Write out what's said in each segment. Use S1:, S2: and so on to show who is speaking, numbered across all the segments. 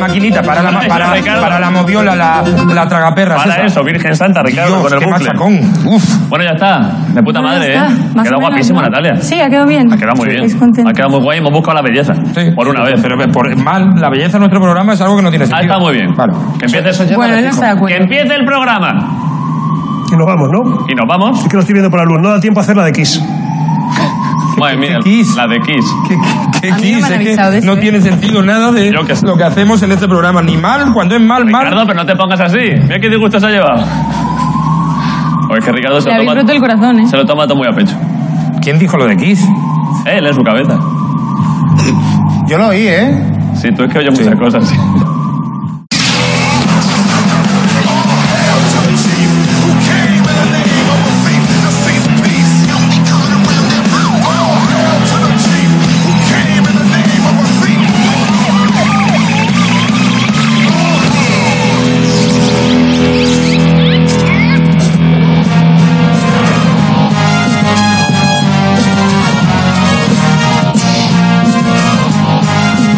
S1: maquinita, para la, para,
S2: Ricardo.
S1: para la moviola, la, la tragaperra.
S2: Para eso, Virgen Santa, Ricardo,
S1: Dios,
S2: con el
S1: qué
S2: bucle.
S1: masacón. Uf.
S2: Bueno, ya está. De puta
S3: Bueno,
S2: madre,
S3: ya está.
S2: ¿eh?
S3: Más
S2: Queda
S3: o menos,
S2: guapísima,
S3: ¿no?
S2: Natalia.
S3: Sí, ha quedado bien.
S2: Ha quedado muy bien.
S3: Estáis contentos.
S2: Ha quedado muy guay. Hemos buscado la belleza.
S1: Sí.
S2: Por una vez.
S1: Pero por mal, la belleza de nuestro programa es algo que no tiene
S2: Ah,
S1: sentido.
S2: está muy bien.
S1: Claro.
S2: Que empiece eso ya.
S3: Bueno, él no está de
S2: Que
S3: acuerdo.
S2: empiece el programa.
S4: Y nos vamos, ¿no?
S2: Y nos vamos.
S4: Es que lo estoy viendo por la luz. No da tiempo a hacer la de Kiss.
S2: Madre mía,
S1: Kiss.
S2: la de Kiss.
S1: ¿Qué, qué- qué
S3: A mí no me
S1: quis? Es
S3: han
S1: que
S3: avisado de eso,
S1: no
S3: ¿eh?
S1: tiene sentido nada de
S2: Yo qué sé.
S1: lo que hacemos en este programa. Ni mal, cuando es mal, mal.
S2: Ricardo, pero no te pongas así. Mira qué disgusto se ha llevado. O es que Ricardo se lo
S3: Le habéis
S2: toma,
S3: roto el corazón, ¿eh?
S2: se lo toma todo muy a pecho. Eh,
S1: ¿Quién dijo lo de Kiss?
S2: Él en su cabeza.
S5: Yo lo oí, ¿eh?
S2: Sí, tú es que oyes muchas cosas. sí.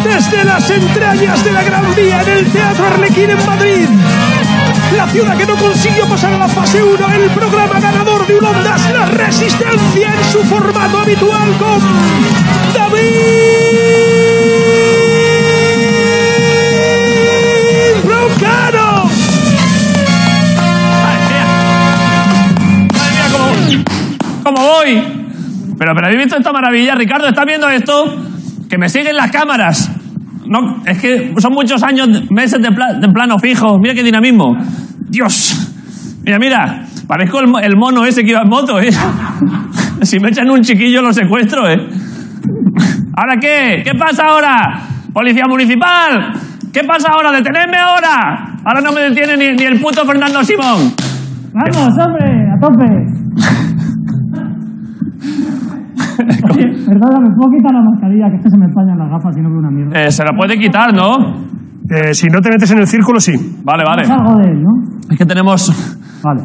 S4: Desde las entrañas de la Gran Vía en el Teatro Arlequín en Madrid. La ciudad que no consiguió pasar a la fase 1, el programa ganador de un Ondas, la Resistencia en su formato habitual con David Broncano.
S2: Madre mía, ¿cómo, cómo voy? Pero, pero ¿habéis visto esta maravilla? Ricardo, ¿estás viendo esto? Que me siguen las cámaras. No, es que son muchos años, meses de, pla- de plano fijo. Mira qué dinamismo. Dios. Mira, mira. Parezco el, mo- el mono ese que iba en moto, ¿eh? Si me echan un chiquillo lo secuestro, ¿eh? ¿Ahora qué? ¿Qué pasa ahora? Policía municipal. ¿Qué pasa ahora? ¡Detenedme ahora! Ahora no me detiene ni, ni el puto Fernando Simón.
S6: Vamos, hombre, a tope. Oye, perdona, ¿me puedo quitar la mascarilla? Que es que se me empañan las gafas y no veo una mierda.
S2: Eh, se la puede quitar, ¿no?
S4: Eh, si no te metes en el círculo, sí.
S2: Vale, vale.
S6: Salgo de él, ¿no?
S2: Es que tenemos...
S6: Vale.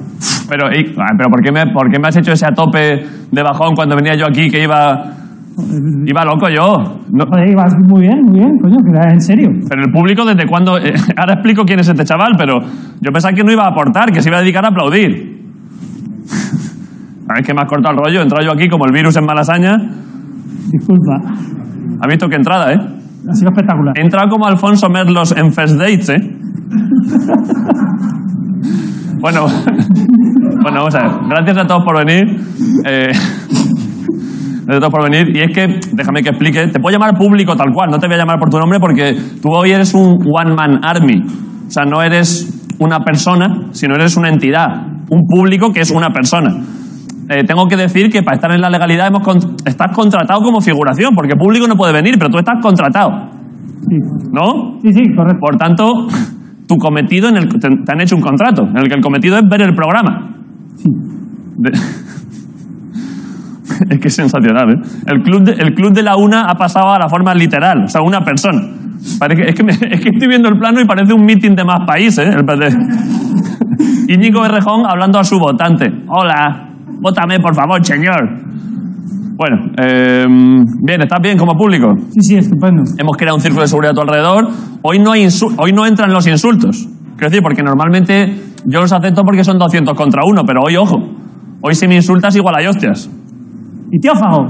S2: Pero, y- ah, pero ¿por, qué me, ¿por qué me has hecho ese a tope de bajón cuando venía yo aquí que iba... Iba loco yo? No-
S6: Joder, ibas muy bien, muy bien, coño, que era en serio.
S2: pero el público desde cuándo... eh, ahora explico quién es este chaval, pero yo pensaba que no iba a aportar, que se iba a dedicar a aplaudir. ¿Sabes que me has cortado el rollo? He entrado yo aquí como el virus en Malasaña.
S6: Disculpa.
S2: ¿Has visto qué entrada, eh?
S6: Ha sido espectacular.
S2: He entrado como Alfonso Merlos en First Dates, ¿eh? bueno, bueno, vamos a ver. Gracias a todos por venir. Eh, gracias a todos por venir. Y es que, déjame que explique, te puedo llamar público tal cual, no te voy a llamar por tu nombre porque tú hoy eres un one-man army. O sea, no eres una persona, sino eres una entidad, un público que es una persona. Eh, tengo que decir que para estar en la legalidad hemos con- estás contratado como figuración, porque público no puede venir, pero tú estás contratado.
S6: Sí,
S2: ¿No?
S6: sí, sí, correcto.
S2: Por tanto, tu cometido, en el, te, te han hecho un contrato, en el que el cometido es ver el programa. De- es que es sensacional, ¿eh? El club, de, el club de la una ha pasado a la forma literal, o sea, una persona. Parece, es, que me- es que estoy viendo el plano y parece un meeting de más países, ¿eh? El PT. Íñigo Errejón hablando a su votante. Hola, vótame, por favor, señor. Bueno, eh, bien, ¿estás bien como público?
S6: Sí, sí, estupendo.
S2: hemos creado un círculo de seguridad a tu alrededor. Hoy no, hay insu- hoy no entran los insultos. Quiero decir, porque normalmente yo los acepto porque son 200 contra uno, pero hoy, ojo, hoy si me insultas igual hay hostias.
S6: ¿Y Teófago?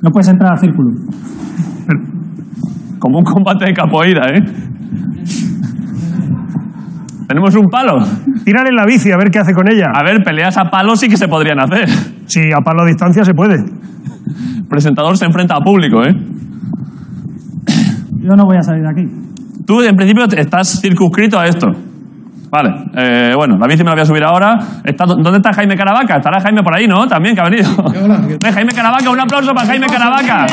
S6: No puedes entrar al círculo.
S2: Como un combate de capoeira, ¿eh? Tenemos un palo.
S4: Tírale la bici a ver qué hace con ella.
S2: A ver, peleas a palos sí que se podrían hacer.
S4: Si a palo a distancia se puede.
S2: El presentador se enfrenta a público, ¿eh?
S6: Yo no voy a salir de aquí.
S2: Tú, en principio, te- estás circunscrito a esto. Vale, eh, bueno, la bici me la voy a subir ahora. Está- ¿Dónde está Jaime Caravaca? Estará Jaime por ahí, ¿no? También, que ha venido. Ve, Jaime Caravaca, un aplauso para Jaime Caravaca.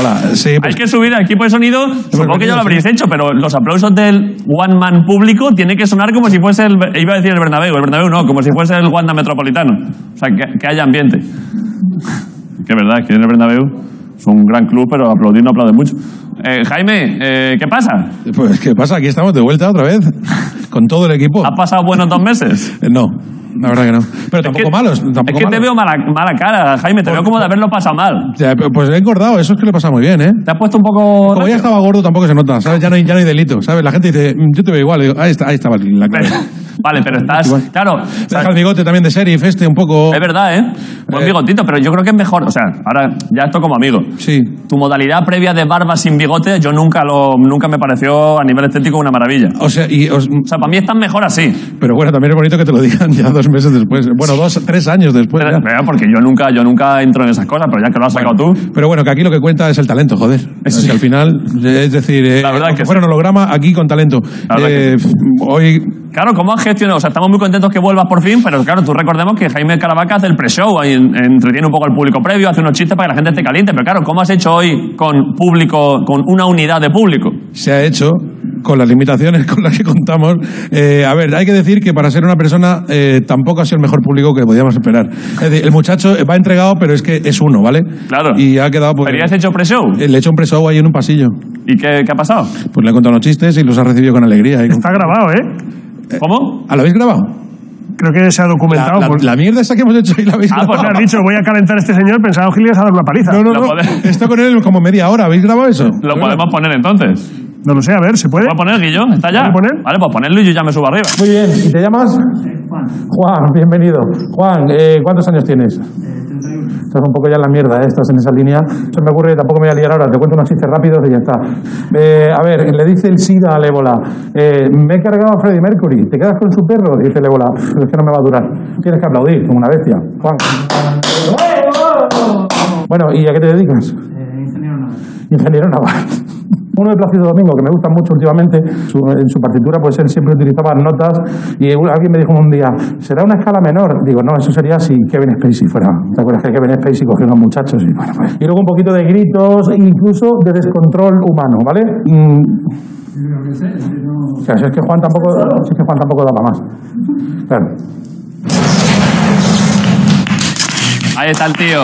S7: Hola, sí,
S2: Hay
S7: pues,
S2: que subir al equipo de sonido. Supongo que ya lo habréis hecho, pero los aplausos del One Man público tiene que sonar como si fuese el. Iba a decir el Bernabéu, el Bernabéu no, como si fuese el Wanda Metropolitano. O sea, que, que haya ambiente. Que es verdad, que en el Bernabéu es un gran club, pero aplaudir no aplaude mucho. Eh, Jaime, eh, ¿qué pasa?
S7: pues, ¿qué pasa? Aquí estamos de vuelta otra vez, con todo el equipo.
S2: ¿Ha pasado buenos dos meses?
S7: Eh, No, la verdad que no. Pero tampoco
S2: que-
S7: malos. Tampoco
S2: es que te
S7: malos.
S2: veo mala, mala cara, Jaime. Te veo como de haberlo pasado mal.
S7: Ya, pues he engordado, eso es que lo he pasado muy bien, ¿eh?
S2: Te has puesto un poco...
S7: Como ya
S2: rancio.
S7: estaba gordo, tampoco se nota, ¿sabes? Ya no hay, ya no hay delito, ¿sabes? La gente dice, "Mm, yo te veo igual. Digo, ahí, está, ahí estaba la clave.
S2: Vale, pero estás...
S7: Igual.
S2: Claro, o sea,
S7: Deja el bigote también de sheriff este, un poco...
S2: es verdad, ¿eh? Buen
S7: Eh.
S2: bigotito, pero yo creo que es mejor. O sea, ahora ya esto como amigo.
S7: Sí.
S2: Tu modalidad previa de barba sin bigote, yo nunca lo nunca me pareció a nivel estético una maravilla.
S7: O sea, y os-
S2: O sea, para mí están mejor así.
S7: pero bueno, también es bonito que te lo digan ya dos meses después. Bueno, dos, tres años después.
S2: Pero-
S7: ya.
S2: pero porque yo nunca, yo nunca entro en esas cosas, pero ya que lo has sacado tú.
S7: Pero bueno, que aquí lo que cuenta es el talento, joder.
S2: Eso
S7: Es
S2: sí.
S7: que al final, eh, es decir, eh,
S2: La verdad que
S7: fuera
S2: sí.
S7: un holograma, aquí con talento.
S2: La verdad que
S7: Eh, Hoy,
S2: Claro, ¿cómo has gestionado? O sea, estamos muy contentos que vuelvas por fin, pero claro, tú recordemos que Jaime Caravaca hace el pre-show, ahí en- entretiene un poco al público previo, hace unos chistes para que la gente esté caliente, pero claro, ¿cómo has hecho hoy con público, con una unidad de público?
S4: Pues,
S7: se ha hecho con las limitaciones con las que contamos. Eh, a ver, hay que decir que para ser una persona eh, tampoco ha sido el mejor público que podíamos esperar. Es decir, el muchacho va entregado, pero es que es uno, ¿vale?
S2: Claro.
S7: Y ha quedado... Pues,
S2: Pero ya has hecho pre-show.
S7: eh, le he hecho un preso ahí en un pasillo.
S2: ¿Y qué, qué ha pasado?
S7: Pues le he contado unos chistes y los ha recibido con alegría. y con-
S4: Está grabado, ¿eh?
S2: ¿Cómo?
S7: ¿Ah, ¿Lo habéis grabado?
S4: Creo que se ha
S7: La,
S4: documentado.
S7: la-
S4: por-
S7: la mierda esa que hemos hecho ahí la habéis
S2: Ah, pues
S7: grabado.
S4: Has dicho, voy a calentar a este señor pensando que le ibas a dar una paliza.
S7: No, no,
S2: Lo
S7: no.
S2: pode-
S7: Esto con él como media hora. ¿Habéis grabado eso?
S2: Lo
S4: eh,
S2: podemos poner entonces.
S4: No lo sé, a ver, ¿se puede?
S2: ¿Lo voy a poner, Guillón? ¿Está ya?
S4: ¿Lo voy a poner?
S2: Vale, pues ponerlo y yo ya me subo arriba.
S7: Muy bien. ¿Y te llamas? Juan, bienvenido. Juan, eh, ¿cuántos años tienes? Estás un poco ya en la mierda, ¿eh? estás en esa línea. Se me ocurre, tampoco me voy a liar ahora, te cuento unos chistes rápidos y ya está. Eh, a ver, le dice el SIDA al ébola, eh, me he cargado a Freddie Mercury, ¿te quedas con su perro? Dice el ébola, "Pff, es que no me va a durar. Tienes que aplaudir, como una bestia. Juan. Bueno, ¿y a qué te dedicas? ingeniero naval. Uno de Plácido Domingo, que me gusta mucho últimamente, su- en su partitura, pues él siempre utilizaba notas y un- alguien me dijo un día, ¿será una escala menor? Digo, no, eso sería si Kevin Spacey fuera. ¿Te acuerdas que Kevin Spacey cogió unos muchachos? Y, bueno, pues. y luego un poquito de gritos, incluso de descontrol humano, ¿vale? Mm, claro, si es que Juan tampoco, si es que Juan tampoco daba más. Claro.
S2: Ahí está el tío.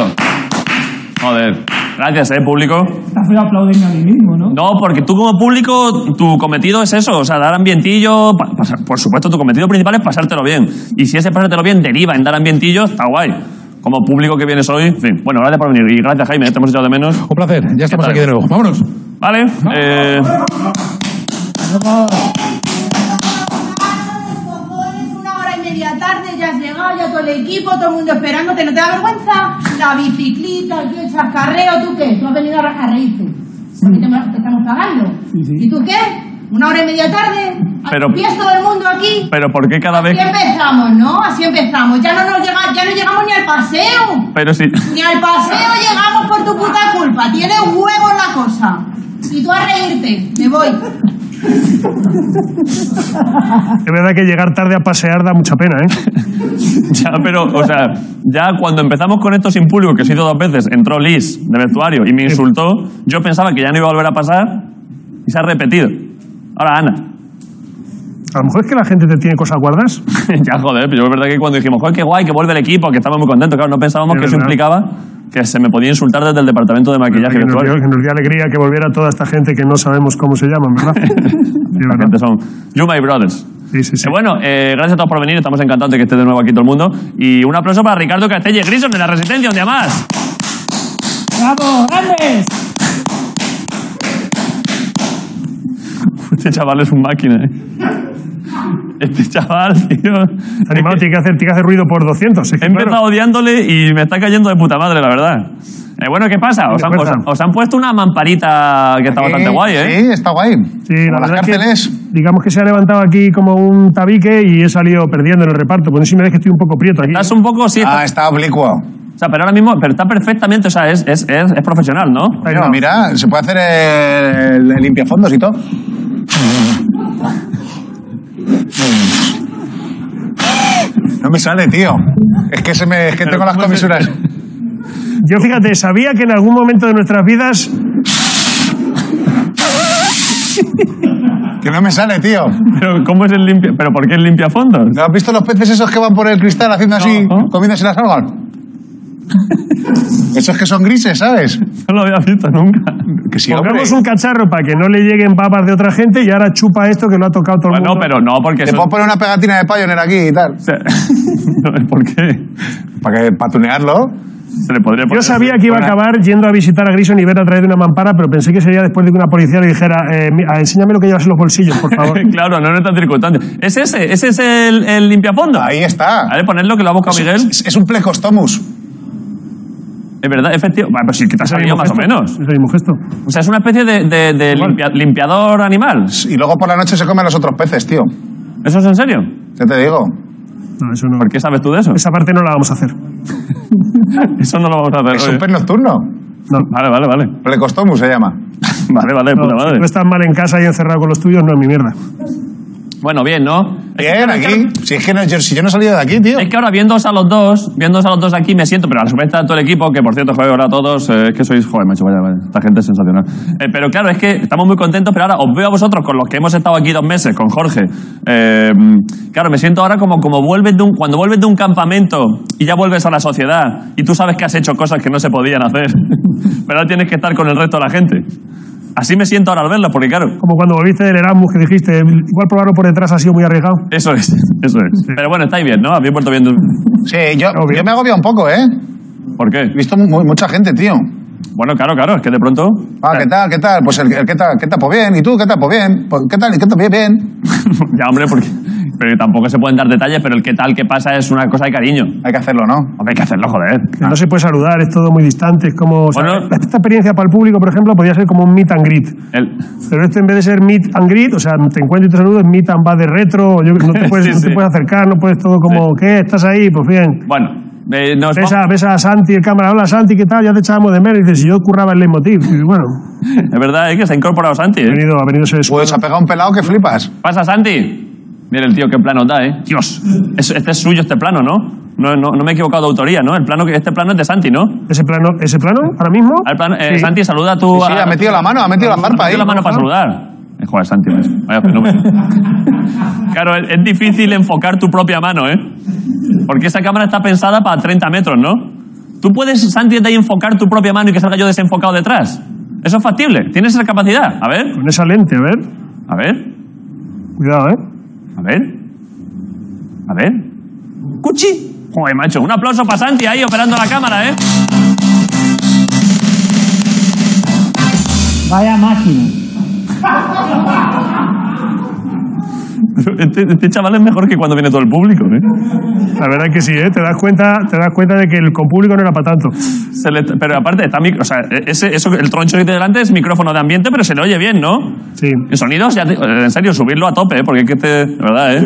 S2: Joder. Gracias, eh, público.
S6: Está feo aplaudirme a mí mismo, ¿no?
S2: No, porque tú como público, tu cometido es eso, o sea, dar ambientillo, pa- pasar- por supuesto, tu cometido principal es pasártelo bien. Y si ese pasártelo bien deriva en dar ambientillo, está guay. Como público que vienes hoy, en fin. Bueno, gracias por venir y gracias, Jaime, eh, te hemos echado de menos.
S7: Un placer, ya
S2: estamos aquí de
S7: nuevo. Vámonos.
S2: Vale. eh,
S3: cojones, pues, una hora y media tarde, ya has llegado, ya todo el equipo, todo el mundo esperándote, ¿no te da vergüenza? La bicicleta, aquí el chascarreo, ¿tú qué? Tú has venido a a reírte, porque te, te estamos pagando. ¿Y tú qué? Una hora y media tarde, a
S2: Pero-
S3: tus pies todo el mundo aquí.
S2: pero ¿por qué cada vez...?
S3: Así empezamos, ¿no? Así empezamos. Ya no, nos llega, ya no llegamos ni al paseo.
S2: Pero si...
S3: Ni al paseo llegamos por tu puta culpa. Tienes huevos la cosa. Y tú a reírte. Me voy.
S4: Es verdad que llegar tarde a pasear da mucha pena, ¿eh?
S2: Ya, pero, o sea, ya cuando empezamos con esto sin público, que se hizo dos veces, entró Liz de vestuario y me insultó, yo pensaba que ya no iba a volver a pasar y se ha repetido. Ahora Ana.
S4: A lo mejor es que la gente te tiene cosas guardadas.
S2: ya, joder, pero es verdad que cuando dijimos, joder, qué guay, que vuelve el equipo, que estábamos muy contentos, claro, no pensábamos
S4: Es
S2: que eso
S4: verdad.
S2: implicaba que se me podía insultar desde el departamento de maquillaje
S4: Que nos, dio,
S2: virtual.
S4: que nos dio alegría que volviera toda esta gente que no sabemos cómo se llaman, ¿verdad? Sí,
S2: La
S4: ¿verdad?
S2: gente son You My Brothers.
S4: Sí, sí, sí.
S2: Eh, bueno, eh, gracias a todos por venir, estamos encantados de que esté de nuevo aquí todo el mundo. Y un aplauso para Ricardo Castelle Grison de La Resistencia, un día más.
S6: ¡Bravo, grandes!
S2: Este chaval es un máquina, eh. Este chaval, tío.
S4: Animado, tiene que, hacer, tiene que hacer ruido por 200. es
S2: He
S4: que claro.
S2: empezado odiándole y me está cayendo de puta madre, la verdad. Eh, bueno, ¿qué pasa? Os
S4: ¿Qué
S2: han,
S4: pasa?
S2: os han- os han puesto una mamparita que está bastante guay, ¿eh?
S5: Sí, está guay.
S4: Sí, la
S5: Como las
S4: verdad es
S5: cárceles.
S4: Que, digamos que se ha levantado aquí como un tabique y he salido perdiendo en el reparto. Por eso me ves que estoy un poco prieto aquí.
S2: Estás un poco, sí, estás-
S5: Ah, está oblicuo.
S4: Ah.
S2: o sea, pero ahora mismo, pero está perfectamente, o sea, es, es, es, es profesional, ¿no?
S4: Ahí
S5: Mira,
S4: va.
S5: mira, se puede hacer el, el limpiafondos y todo. No me sale, tío. Es que, se me, es que tengo las
S2: ¿cómo se-
S5: comisuras.
S4: Yo fíjate, sabía que en algún momento de nuestras vidas
S5: Que no me sale, tío.
S2: Pero ¿cómo es el limpia? ¿Pero por qué el limpia fondos?
S5: ¿No has visto los peces esos que van por el cristal haciendo así,
S2: No.
S5: comiéndose las algas? Esos que son grises, ¿sabes?
S2: No lo había visto nunca.
S5: Que sí, hombre.
S8: Pongamos un cacharro para que no le lleguen babas de otra gente y ahora chupa esto que lo ha tocado todo el
S2: Bueno,
S8: mundo.
S2: pero no, porque
S5: Te
S2: eso...
S5: puedo poner una pegatina de Pioneer Pues aquí y tal.
S2: No, ¿Por qué?
S5: Para que para tunearlo.
S2: Se le podría
S8: Yo
S2: poner-
S8: sabía que iba a acabar yendo a visitar a Grison y ver a través de una mampara, pero pensé que sería después de que una policía le dijera, eh, mi- ah, enséñame lo que llevas en los bolsillos, por favor.
S2: claro, no, no es tan circunstante. Es ese, ese es el, el limpiafondo.
S5: Ahí está.
S2: Vale, ponerlo que lo ha buscado Miguel.
S5: Es, es un plecostomus.
S2: Es verdad, efectivo. Vale, pues sí, que te ha
S8: el
S2: salido
S8: mismo
S2: más o
S8: gesto.
S2: menos.
S8: Es el mismo gesto.
S2: O sea, es una especie de, de- de limpia- limpiador animal.
S5: Y luego por la noche se comen los otros peces, tío.
S2: ¿Eso es en serio?
S5: Ya te digo.
S8: No, eso no.
S2: ¿Por qué sabes tú de eso?
S8: Esa parte no la vamos a hacer.
S2: Eso no lo vamos a hacer.
S5: Es
S2: hoy.
S5: un pez nocturno.
S2: Vale, vale, vale.
S5: Plecostomus se llama.
S2: Vale, vale,
S8: No,
S2: puta
S8: si
S2: madre.
S8: tú estás mal en casa y encerrado con los tuyos, no, mi mierda.
S2: Bueno, bien, ¿no? Es que,
S5: Bien,
S2: claro,
S5: aquí. Si, es que no- yo, si yo no he salido de aquí, tío.
S2: Es que ahora viéndoos a los dos, viéndoos a los dos aquí me siento, pero a la vez está todo el equipo, que por cierto, joder, hola a todos, eh, es que sois, joder, macho, vaya, vaya, esta gente es sensacional. Eh, pero claro, es que estamos muy contentos, pero ahora os veo a vosotros con los que hemos estado aquí dos meses, con Jorge. Eh, claro, me siento ahora como, como vuelves de un, cuando vuelves de un campamento y ya vuelves a la sociedad y tú sabes que has hecho cosas que no se podían hacer, pero ahora tienes que estar con el resto de la gente. Así me siento ahora al verlos, porque claro,
S8: Como cuando volviste del Erasmus que dijiste, igual probarlo por detrás ha sido muy arriesgado.
S2: eso es, eso es. Pero bueno, estáis bien, ¿no? Habéis vuelto bien. de-
S5: Sí, yo,
S8: Obvio.
S5: yo me he agobiado un poco, ¿eh?
S2: ¿Por qué?
S5: He visto mu- mucha gente, tío.
S2: Bueno, claro, claro, es que de pronto.
S5: Ah, ¿qué tal? ¿Qué tal? Pues el, el ¿qué tal? ¿Qué tal? Pues bien. ¿Y tú? ¿Qué tal? Pues bien. Pues, ¿Qué tal? ¿Y qué tal? Bien, bien.
S2: ya, hombre, porque. Pero tampoco se pueden dar detalles, pero el qué tal que pasa es una cosa de cariño.
S5: Hay que hacerlo, ¿no?
S2: Hombre, hay que hacerlo, joder.
S8: Que No se puede saludar, es todo muy distante. Es como. o sea,
S2: Ah. Bueno.
S8: esta experiencia para el público, por ejemplo, podría ser como un meet and greet.
S2: El-
S8: Pero este en vez de ser meet and greet, o sea, te encuentro y te saludo, es meet and va de retro, o yo- no, te puedes,
S2: Sí,
S8: no te
S2: sí.
S8: puedes acercar, no puedes todo como, ¿qué? ¿Estás ahí? Pues bien.
S2: Bueno, eh, nos
S8: Ves
S2: vamos-
S8: a, ves a Santi, el cámara, hola Santi, ¿qué tal? Ya te echábamos de menos. Y dices, si yo curraba el leitmotiv. Y bueno,
S2: Es verdad, es que se ha incorporado Santi.
S8: ha
S2: ¿eh?
S8: venido, ha venido ese su-
S5: Pues ha pegado un pelado que flipas.
S2: Pasa, Santi. Mira el tío qué plano da, ¿eh? Dios. Es- este es suyo, este plano, ¿no? No, no, no me he equivocado de autoría, ¿no? El plano, que- este plano es de Santi, ¿no?
S8: ese plano, ese plano, ahora mismo.
S2: Al plano- eh,
S8: Sí.
S2: Santi, saluda a tu.
S5: Sí,
S2: a-
S5: ha metido la mano, ha metido la zarpa
S2: Ha
S5: ahí.
S2: metido la mano para saludar. Eh, Joder, Santi, macho. vaya fenómeno. claro, es, es difícil enfocar tu propia mano, ¿eh? Porque esa cámara está pensada para 30 metros, ¿no? Tú puedes, Santi, de ahí enfocar tu propia mano y que salga yo desenfocado detrás. Eso es factible. Tienes esa capacidad. A ver,
S8: Con esa lente, a ver.
S2: a ver,
S8: Cuidado, ¿eh?
S2: a ver. A ver. ¡Cuchi! Joder, macho. Un aplauso para Santi ahí operando la cámara, ¿eh?
S6: Vaya máquina.
S2: Este, este chaval es mejor que cuando viene todo el público, ¿eh?
S8: La verdad que sí, ¿eh? Te das cuenta, te das cuenta de que el con público no era para tanto.
S2: Se le- pero aparte, está mic- o sea, e-, ese, eso, el troncho que tiene delante es micrófono de ambiente, pero se le oye bien, ¿no?
S8: Sí.
S2: Y Sonidos, ya te- en serio, subirlo a tope, ¿eh? porque es que te... De verdad, ¿eh?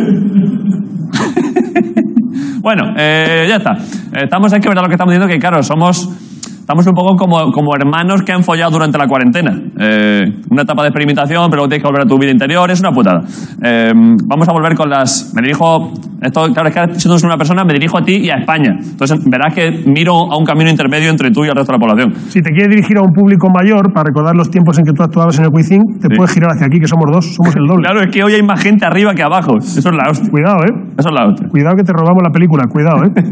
S2: bueno, eh, ya está. Estamos, es que verdad lo que estamos diciendo, que claro, somos... Estamos un poco como, como hermanos que han follado durante la cuarentena. Eh, una etapa de experimentación, pero luego tienes que volver a tu vida interior, es una putada. Eh, vamos a volver con las... Me dirijo... Esto, claro, es que ahora siendo una persona, me dirijo a ti y a España. Entonces, verás que miro a un camino intermedio entre tú y el resto de la población.
S8: Si te quieres dirigir a un público mayor para recordar los tiempos en que tú actuabas en el Quizín, te
S2: Sí.
S8: puedes girar hacia aquí, que somos dos, somos el doble.
S2: Claro, es que hoy hay más gente arriba que abajo. Eso es la hostia.
S8: Cuidado, ¿eh?
S2: Eso es la hostia.
S8: Cuidado que te robamos la película, cuidado, ¿eh?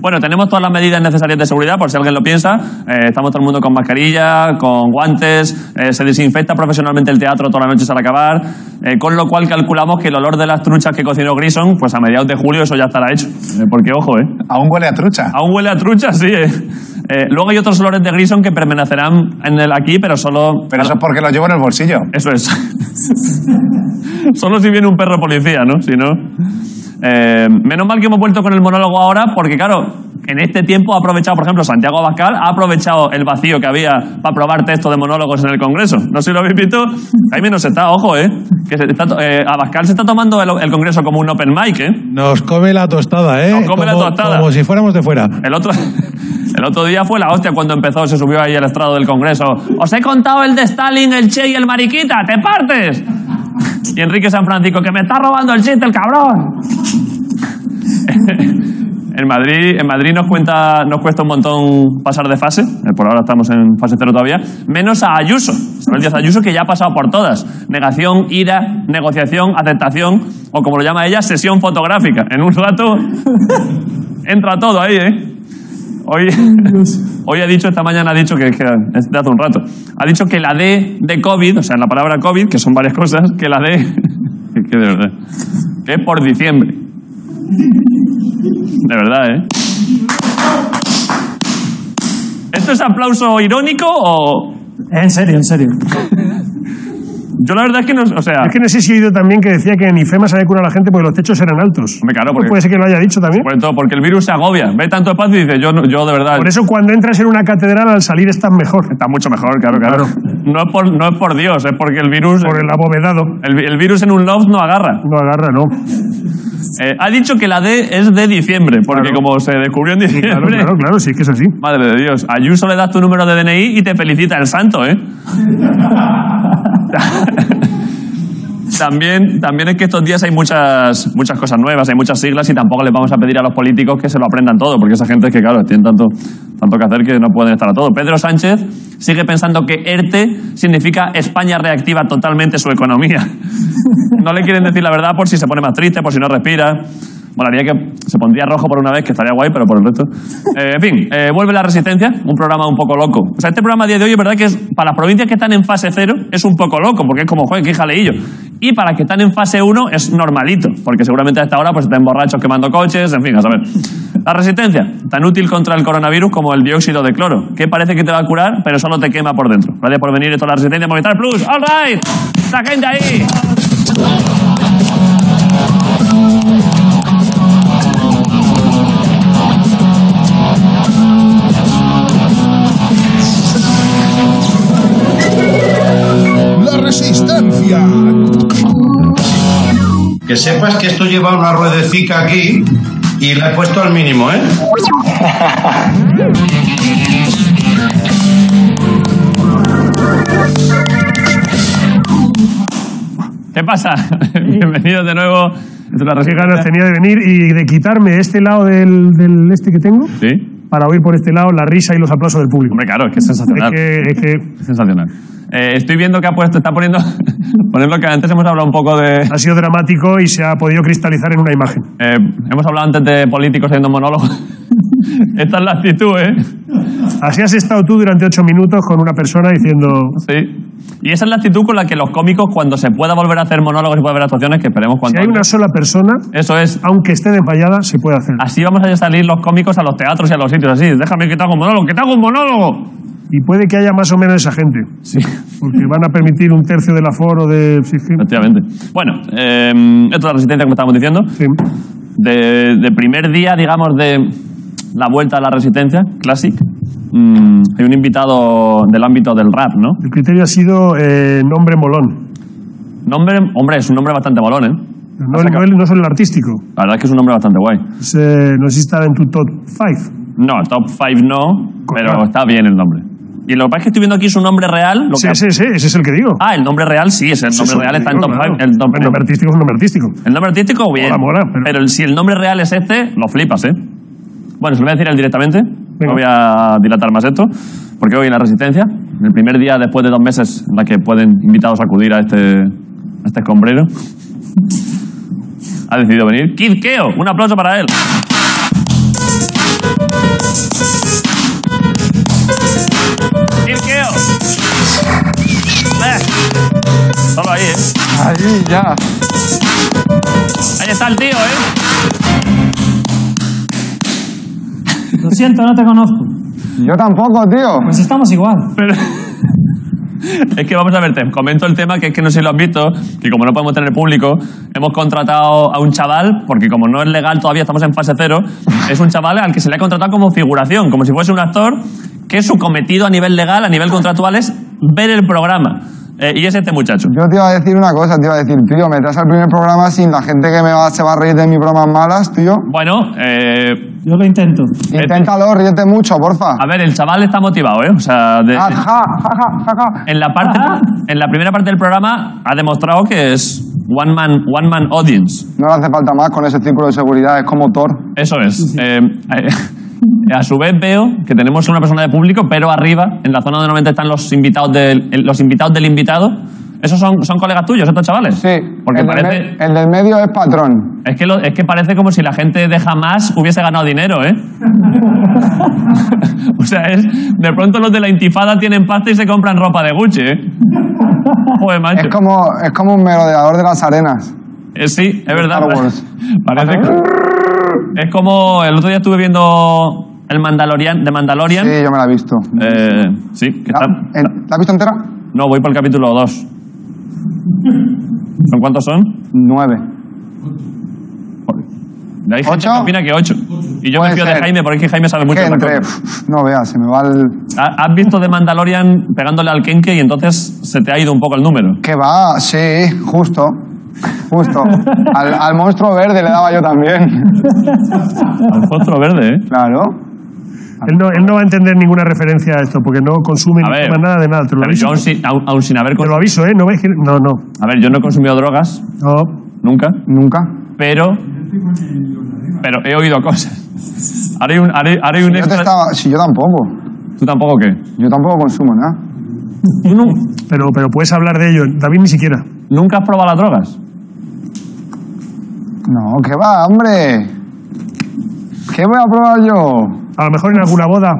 S2: Bueno, tenemos todas las medidas necesarias de seguridad, por si alguien lo piensa. Eh, estamos todo el mundo con mascarilla, con guantes, eh, se desinfecta profesionalmente el teatro todas las noches al acabar, eh, con lo cual calculamos que el olor de las truchas que cocinó Grison, pues a mediados de julio eso ya estará hecho. Eh, porque ojo, ¿eh?
S5: Aún huele a trucha.
S2: Aún huele a trucha, sí. eh. Eh, luego hay otros olores de Grison que permanecerán en el aquí, pero solo...
S5: Pero eso es porque lo llevo en el bolsillo.
S2: Eso es. Solo si viene un perro policía, ¿no? Si no. Eh, menos mal que hemos vuelto con el monólogo ahora, porque claro, en este tiempo ha aprovechado, por ejemplo, Santiago Abascal ha aprovechado el vacío que había para probar texto de monólogos en el Congreso. No sé si lo habéis visto. Ahí menos está, ojo, ¿eh? Que se está to- eh, Abascal se está tomando el, el Congreso como un open mic, ¿eh?
S9: Nos come la tostada, ¿eh?
S2: Nos come la
S9: Como-
S2: tostada.
S9: Como si fuéramos de fuera.
S2: El otro, el otro día fue la hostia cuando empezó, se subió ahí al estrado del Congreso. Os he contado el de Stalin, el Che y el Mariquita, te partes. Y Enrique San Francisco, que me está robando el chiste, el cabrón. En Madrid, en Madrid nos, cuenta, nos cuesta un montón pasar de fase, eh, por ahora estamos en fase cero todavía, menos a Ayuso, Isabel Díaz Ayuso que ya ha pasado por todas. Negación, ira, negociación, aceptación, o como lo llama ella, sesión fotográfica. En un rato entra todo ahí, ¿eh? Hoy, hoy ha dicho, esta mañana ha dicho que, que es de hace un rato, ha dicho que la D de COVID, o sea, la palabra COVID, que son varias cosas, que la D, que, que de verdad, que es por diciembre. De verdad, ¿eh? ¿Esto es aplauso irónico o...?
S6: En serio, en serio.
S2: Yo la verdad es que no... O sea,
S8: Es que no sé si he oído también que decía que en IFEMA se había curado a la gente porque los techos eran altos. Pues
S2: Hombre, claro, porque-
S8: Puede ser que lo haya dicho también.
S2: sobre todo porque el virus se agobia. Ve tanto espacio y dice, yo, no- yo de verdad...
S8: Por eso cuando entras en una catedral al salir estás mejor.
S2: Está mucho mejor, claro, claro. No es por, no es por Dios, es porque el virus...
S8: Por el abovedado.
S2: El, vi- el virus en un loft no agarra.
S8: No agarra, no.
S2: Eh, ha dicho que la D es de diciembre, porque como se descubrió en diciembre...
S8: Claro, claro, claro, sí, es que es así.
S2: Madre de Dios, a Ayuso le das tu número de DNI y te felicita el santo, ¿eh? también, también es que estos días hay muchas, muchas cosas nuevas, hay muchas siglas y tampoco les vamos a pedir a los políticos que se lo aprendan todo, porque esa gente es que, claro, tienen tanto, tanto que hacer que no pueden estar a todo. Pedro Sánchez sigue pensando que ERTE significa España reactiva totalmente su economía. No le quieren decir la verdad por si se pone más triste, por si no respira. Molaría que se pondría rojo por una vez, que estaría guay, pero por el resto. Eh, en fin, eh, vuelve la resistencia, un programa un poco loco. O sea, este programa a día de hoy es verdad que es, para las provincias que están en fase cero es un poco loco, porque es como, joder, qué jaleillo. Y para las que están en fase 1 es normalito, porque seguramente a esta hora pues están borrachos quemando coches, en fin, a saber. La resistencia, tan útil contra el coronavirus como el dióxido de cloro, que parece que te va a curar, pero solo te quema por dentro. Gracias por venir, esto es la resistencia Movistar Plus. ¡All right! ¡La gente ahí!
S5: La resistencia.
S10: Que sepas que esto lleva una ruedecica aquí y la he puesto al mínimo, ¿eh?
S2: ¿Qué pasa? Bienvenidos de nuevo. Esto es la
S8: Qué
S2: resistencia.
S8: ganas tenía de venir y de quitarme este lado del, del este que tengo
S2: Sí.
S8: para oír por este lado la risa y los aplausos del público.
S2: Hombre, claro, es que es
S8: Es
S2: sensacional.
S8: que, es que
S2: Es sensacional. Eh, estoy viendo que ha puesto, está poniendo, poniendo que antes hemos hablado un poco de...
S8: ha sido dramático y se ha podido cristalizar en una imagen.
S2: Eh, hemos hablado antes de políticos haciendo monólogos. Esta es la actitud, ¿eh?
S8: Así has estado tú durante ocho minutos con una persona diciendo...
S2: Sí. Y esa es la actitud con la que los cómicos, cuando se pueda volver a hacer monólogos y pueda haber actuaciones, que esperemos
S8: Si
S2: cuando...
S8: hay una sola persona,
S2: Eso es.
S8: aunque esté desmayada, se puede hacer.
S2: Así vamos a salir los cómicos a los teatros y a los sitios así. Déjame que te haga un monólogo, que te haga un monólogo.
S8: Y puede que haya más o menos esa gente.
S2: Sí.
S8: Porque van a permitir un tercio del aforo de... sí, sí.
S2: Efectivamente. Bueno, eh, esto es la resistencia, como estábamos diciendo.
S8: Sí.
S2: de, de primer día, digamos, de la vuelta a la resistencia, Classic, mm, hay un invitado del ámbito del rap, ¿no?
S8: El criterio ha sido eh, nombre molón.
S2: Nombre, hombre, es un nombre bastante molón, ¿eh?
S8: No, no el- no solo el artístico.
S2: La verdad es que es un nombre bastante guay.
S8: Es, eh, no sé si está en tu top 5.
S2: No, top 5 no, pero está bien el nombre. Y lo que pasa es que estoy viendo aquí su nombre real. Lo
S8: Sí,
S2: que-
S8: ese, ese, ese es el que digo.
S2: Ah, el nombre real sí, es el
S8: Ese es
S2: nombre
S8: el
S2: real
S8: que
S2: está en
S8: digo,
S2: top
S8: claro.
S2: 5. El, top-
S8: El nombre artístico es un nombre artístico.
S2: el nombre artístico, bien.
S8: Mola, mola, pero-
S2: si el nombre real es este, lo flipas, ¿eh? Bueno, se lo voy a decir a él directamente. No
S8: Venga.
S2: voy a dilatar más esto. Porque hoy en la Resistencia, en el primer día después de dos meses en la que pueden invitados a acudir a este, a este escombrero, ha decidido venir Kid Keo. Un aplauso para él. Kid Keo. Eh, Solo ahí, ¿eh?
S5: Ahí ya.
S2: Ahí está el tío, ¿eh?
S6: Lo siento, no te conozco.
S5: Yo tampoco, tío.
S6: Pues estamos igual.
S2: Es que vamos a verte. Comento el tema que es que no sé si lo has visto, que como no podemos tener público, hemos contratado a un chaval, porque como no es legal todavía, estamos en fase cero, es un chaval al que se le ha contratado como figuración, como si fuese un actor, que su cometido a nivel legal, a nivel contractual, es ver el programa. Eh, y es este muchacho.
S5: Yo te iba a decir una cosa, te iba a decir, tío, me traes al primer programa sin la gente que me va, se va a reír de mis bromas malas, tío.
S2: Bueno, eh,
S6: Yo lo intento.
S5: Inténtalo, ríete mucho, porfa.
S2: a ver, el chaval está motivado, ¿eh? O sea, de-
S5: Ah, ja, ja, ja, ja, ja.
S2: en, la parte,
S6: Ah.
S2: en la primera parte del programa ha demostrado que es one man, one man audience.
S5: No le hace falta más con ese círculo de seguridad, es como Thor.
S2: Eso es. Eh, eh, a su vez veo que tenemos una persona de público, pero arriba, en la zona donde normalmente están los invitados del, el- los invitados del invitado, ¿Esos son, son colegas tuyos, estos chavales? Sí. Porque
S5: el,
S2: parece,
S5: del me- el del medio es patrón.
S2: es, que lo- es que parece como si la gente de jamás hubiese ganado dinero, ¿eh? o sea, es, de pronto los de la intifada tienen pasta y se compran ropa de Gucci, ¿eh? Joder, macho.
S5: Es como, es como un merodeador de las arenas.
S2: Eh, sí, es verdad.
S5: Star Wars.
S2: Parece que- Es como el otro día estuve viendo el Mandalorian, de Mandalorian.
S5: Sí, Ah. yo me la he visto.
S2: Eh, sí, que está-
S5: En- ¿La has visto entera?
S2: No, voy por el capítulo 2. ¿Son cuántos son?
S5: Nueve.
S2: De ahí gente
S5: ¿Ocho?
S2: que opina que 8. Y yo me
S5: Puede
S2: fío de
S5: ser.
S2: Jaime, porque es que Jaime sabe mucho
S5: Que
S2: de la
S5: entre.
S2: cosa.
S5: pf, No veas, se me va el.
S2: Ha- Has visto de Mandalorian pegándole al Kenke y entonces se te ha ido un poco el número.
S5: Que va, sí, justo. Justo. Al, al monstruo verde le daba yo también.
S2: Al fósforo verde, ¿eh?
S5: Claro.
S8: Él no, él no va a entender ninguna referencia a esto porque no consume
S2: Ah. A
S8: ni
S2: ver.
S8: toma nada de nada. Te lo
S2: Pero yo
S8: aviso.
S2: aún sin, aún- aún sin haber...
S8: Te lo
S2: cons-
S8: aviso, ¿eh? No, ves que- no, no.
S2: A ver, yo no he consumido drogas,
S8: no.
S2: nunca.
S5: Nunca.
S2: Pero. Pero he oído cosas. Haré un, haré, haré un
S5: Yo te
S2: extra.
S5: estaba. Si yo tampoco.
S2: ¿Tú tampoco qué?
S5: Yo tampoco consumo nada.
S2: ¿Tú nu-
S8: Pero, pero puedes hablar de ello. David ni siquiera.
S2: nunca has probado las drogas?
S5: No, que va, hombre. ¿Qué voy a probar yo?
S8: A lo mejor en alguna boda.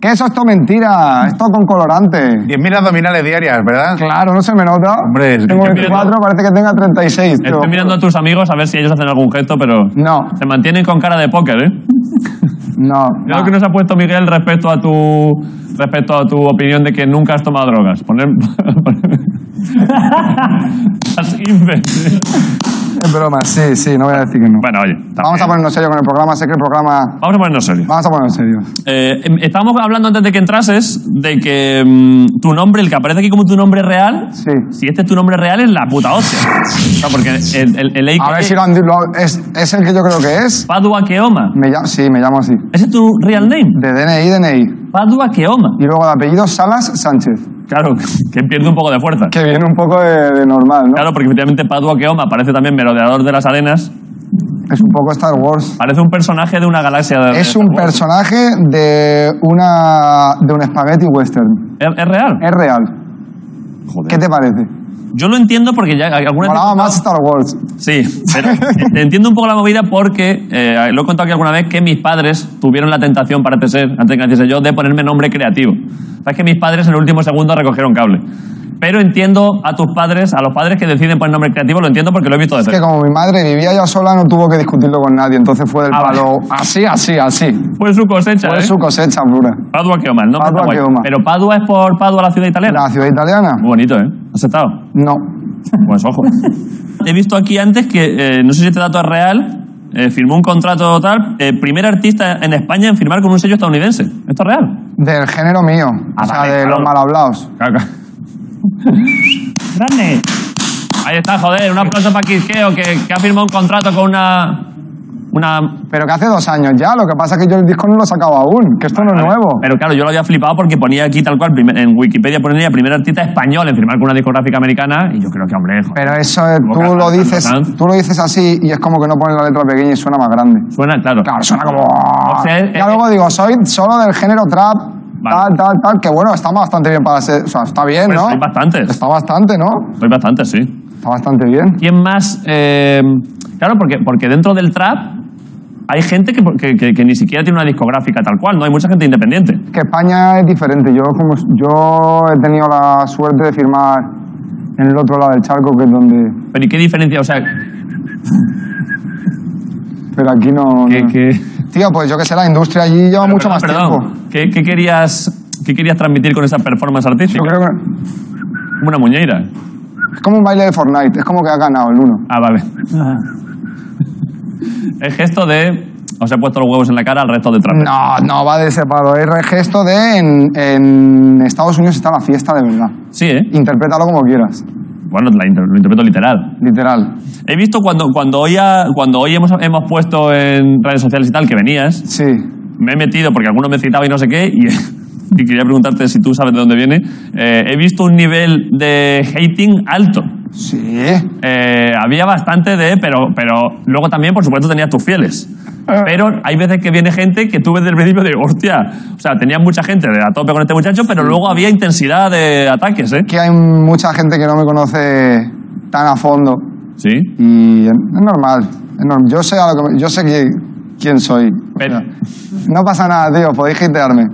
S5: Que eso es todo mentira. Esto con colorante.
S11: 10.000 abdominales diarias, ¿verdad?
S5: Claro, no se me nota.
S11: Hombre, es que
S5: Tengo
S2: estoy
S5: 24, parece que tenga 36. tío.
S2: Estoy mirando a tus amigos a ver si ellos hacen algún gesto, pero.
S5: No,
S2: Se mantienen con cara de póker, ¿eh?
S5: no.
S2: Mira lo que nos ha puesto Miguel respecto a tu. respecto a tu opinión de que nunca has tomado drogas. Poner. Las imbéciles.
S5: Es broma, sí, sí, no voy a decir que no.
S2: bueno, oye. está
S5: Vamos a
S2: bien.
S5: ponernos serio con el programa, sé que el programa...
S2: Vamos a ponernos serios.
S5: Vamos a ponernos serio.
S2: Eh, em- estábamos hablando antes de que entrases de que mm, tu nombre, el que aparece aquí como tu nombre real,
S5: Sí.
S2: si este es tu nombre real, es la puta hostia. O sea, porque el, el, el
S5: A
S2: AKA
S5: ver si lo han... lo- es, es el que yo creo que es.
S2: Padua Keoma.
S5: Me llamo, sí, me llamo así.
S2: Ese es tu real name.
S5: De DNI, DNI.
S2: Padua Keoma.
S5: Y luego de apellido Salas Sánchez.
S2: Claro, que pierde un poco de fuerza.
S5: Que viene un poco de, de normal, ¿no?
S2: Claro, porque efectivamente Padua Keoma parece también merodeador de las arenas.
S5: Es un poco Star Wars.
S2: Parece un personaje de una galaxia de.
S5: Es un
S2: de-
S5: personaje de una... de un spaghetti western.
S2: ¿Es, es real?
S5: Es real.
S2: Joder.
S5: ¿Qué te parece?
S2: Yo lo entiendo porque ya alguna
S5: Molaba más Star Wars.
S2: Sí, pero te entiendo un poco la movida porque eh, lo he contado aquí alguna vez que mis padres tuvieron la tentación, parece ser, antes que naciese yo, de ponerme nombre creativo. Sabes que mis padres en el último segundo recogieron cable. Pero entiendo a tus padres, a los padres que deciden poner nombre creativo, lo entiendo porque lo he visto de
S5: Es que
S2: cerca.
S5: como mi madre vivía ya sola, no tuvo que discutirlo con nadie. Entonces fue del
S2: Ah, vale.
S5: palo así, así, así.
S2: Fue su cosecha,
S5: Fue
S2: ¿eh?
S5: su cosecha pura.
S2: Padua Keoma, el nombre
S5: Padua
S2: está guay.
S5: Keoma.
S2: Pero Padua es por Padua, la ciudad italiana.
S5: ¿La ciudad italiana?
S2: Muy bonito, ¿eh? ¿Aceptado?
S5: No.
S2: Pues ojo. He visto aquí antes que, eh, no sé si este dato es real, eh, firmó un contrato tal, eh, primer artista en España en firmar con un sello estadounidense. ¿Esto es real?
S5: Del género mío.
S2: Ah,
S5: o sea,
S2: vale,
S5: de
S2: claro.
S5: los mal hablados.
S6: ¡Grande!
S2: Ahí está, joder, un aplauso para Quisqueo que, que ha firmado un contrato con una... una
S5: Pero que hace dos años ya. Lo que pasa es que yo el disco no lo he sacado aún. Que esto no es nuevo.
S2: Pero claro, yo lo había flipado porque ponía aquí tal cual, primer- en Wikipedia ponía primer artista español en firmar con una discográfica americana y yo creo que, hombre, joder,
S5: Pero eso eh,
S2: Como
S5: tú lo
S2: cantando,
S5: dices
S2: ¿no?
S5: tú lo dices así y es como que no pones la letra pequeña y suena más grande.
S2: suena, claro.
S5: Claro, suena como...
S2: O sea, eh,
S5: ya luego digo, soy solo del género trap,
S2: Vale.
S5: tal, tal, tal, que bueno, está bastante bien para ser... O sea, está bien,
S2: Pues
S5: ¿no?
S2: soy bastantes.
S5: Está bastante, ¿no?
S2: Soy bastante, sí.
S5: Está bastante bien.
S2: ¿Quién más? Eh, claro, porque, porque dentro del trap hay gente que, que- que- que ni siquiera tiene una discográfica tal cual, ¿no? Hay mucha gente independiente.
S5: que España es diferente. Yo, como, yo he tenido la suerte de firmar en el otro lado del charco, que es donde.
S2: Pero ¿y qué diferencia? O sea,
S5: Pero aquí no.
S2: ¿qué,
S5: no.
S2: qué-
S5: Tío, pues yo que sé, la industria allí lleva mucho
S2: perdón,
S5: más
S2: perdón.
S5: tiempo.
S2: ¿Qué, qué querías, ¿Qué querías transmitir con esa performance
S5: Yo
S2: artística?
S5: creo que
S2: Como Una muñeira.
S5: es como un baile de Fortnite, es como que ha ganado el uno.
S2: Ah, vale. El gesto de... Os he puesto los huevos en la cara al resto del trap.
S5: No, no va de ese palo. Es el gesto de en, en Estados Unidos está la fiesta de verdad.
S2: Sí, ¿eh?
S5: Interprétalo como quieras,
S2: Bueno, la inter- lo interpreto literal.
S5: literal.
S2: He visto cuando, cuando hoy, ha- cuando hoy hemos, hemos puesto en redes sociales y tal que venías,
S5: Sí.
S2: me he metido porque alguno me citaba y no sé qué y, y quería preguntarte si tú sabes de dónde viene. Eh, he visto un nivel de hating alto.
S5: Sí.
S2: Eh, había bastante de, pero, pero luego también, por supuesto, tenías tus fieles. Pero hay veces que viene gente que tú ves del principio de, hostia, o sea, tenía mucha gente a tope con este muchacho, pero luego había intensidad de ataques, ¿eh?
S5: Que hay mucha gente que no me conoce tan a fondo.
S2: Sí.
S5: Y es es normal. es norm- Yo sé, a lo que me- yo sé que- quién soy. O sea, no pasa nada, tío. Podéis hitearme.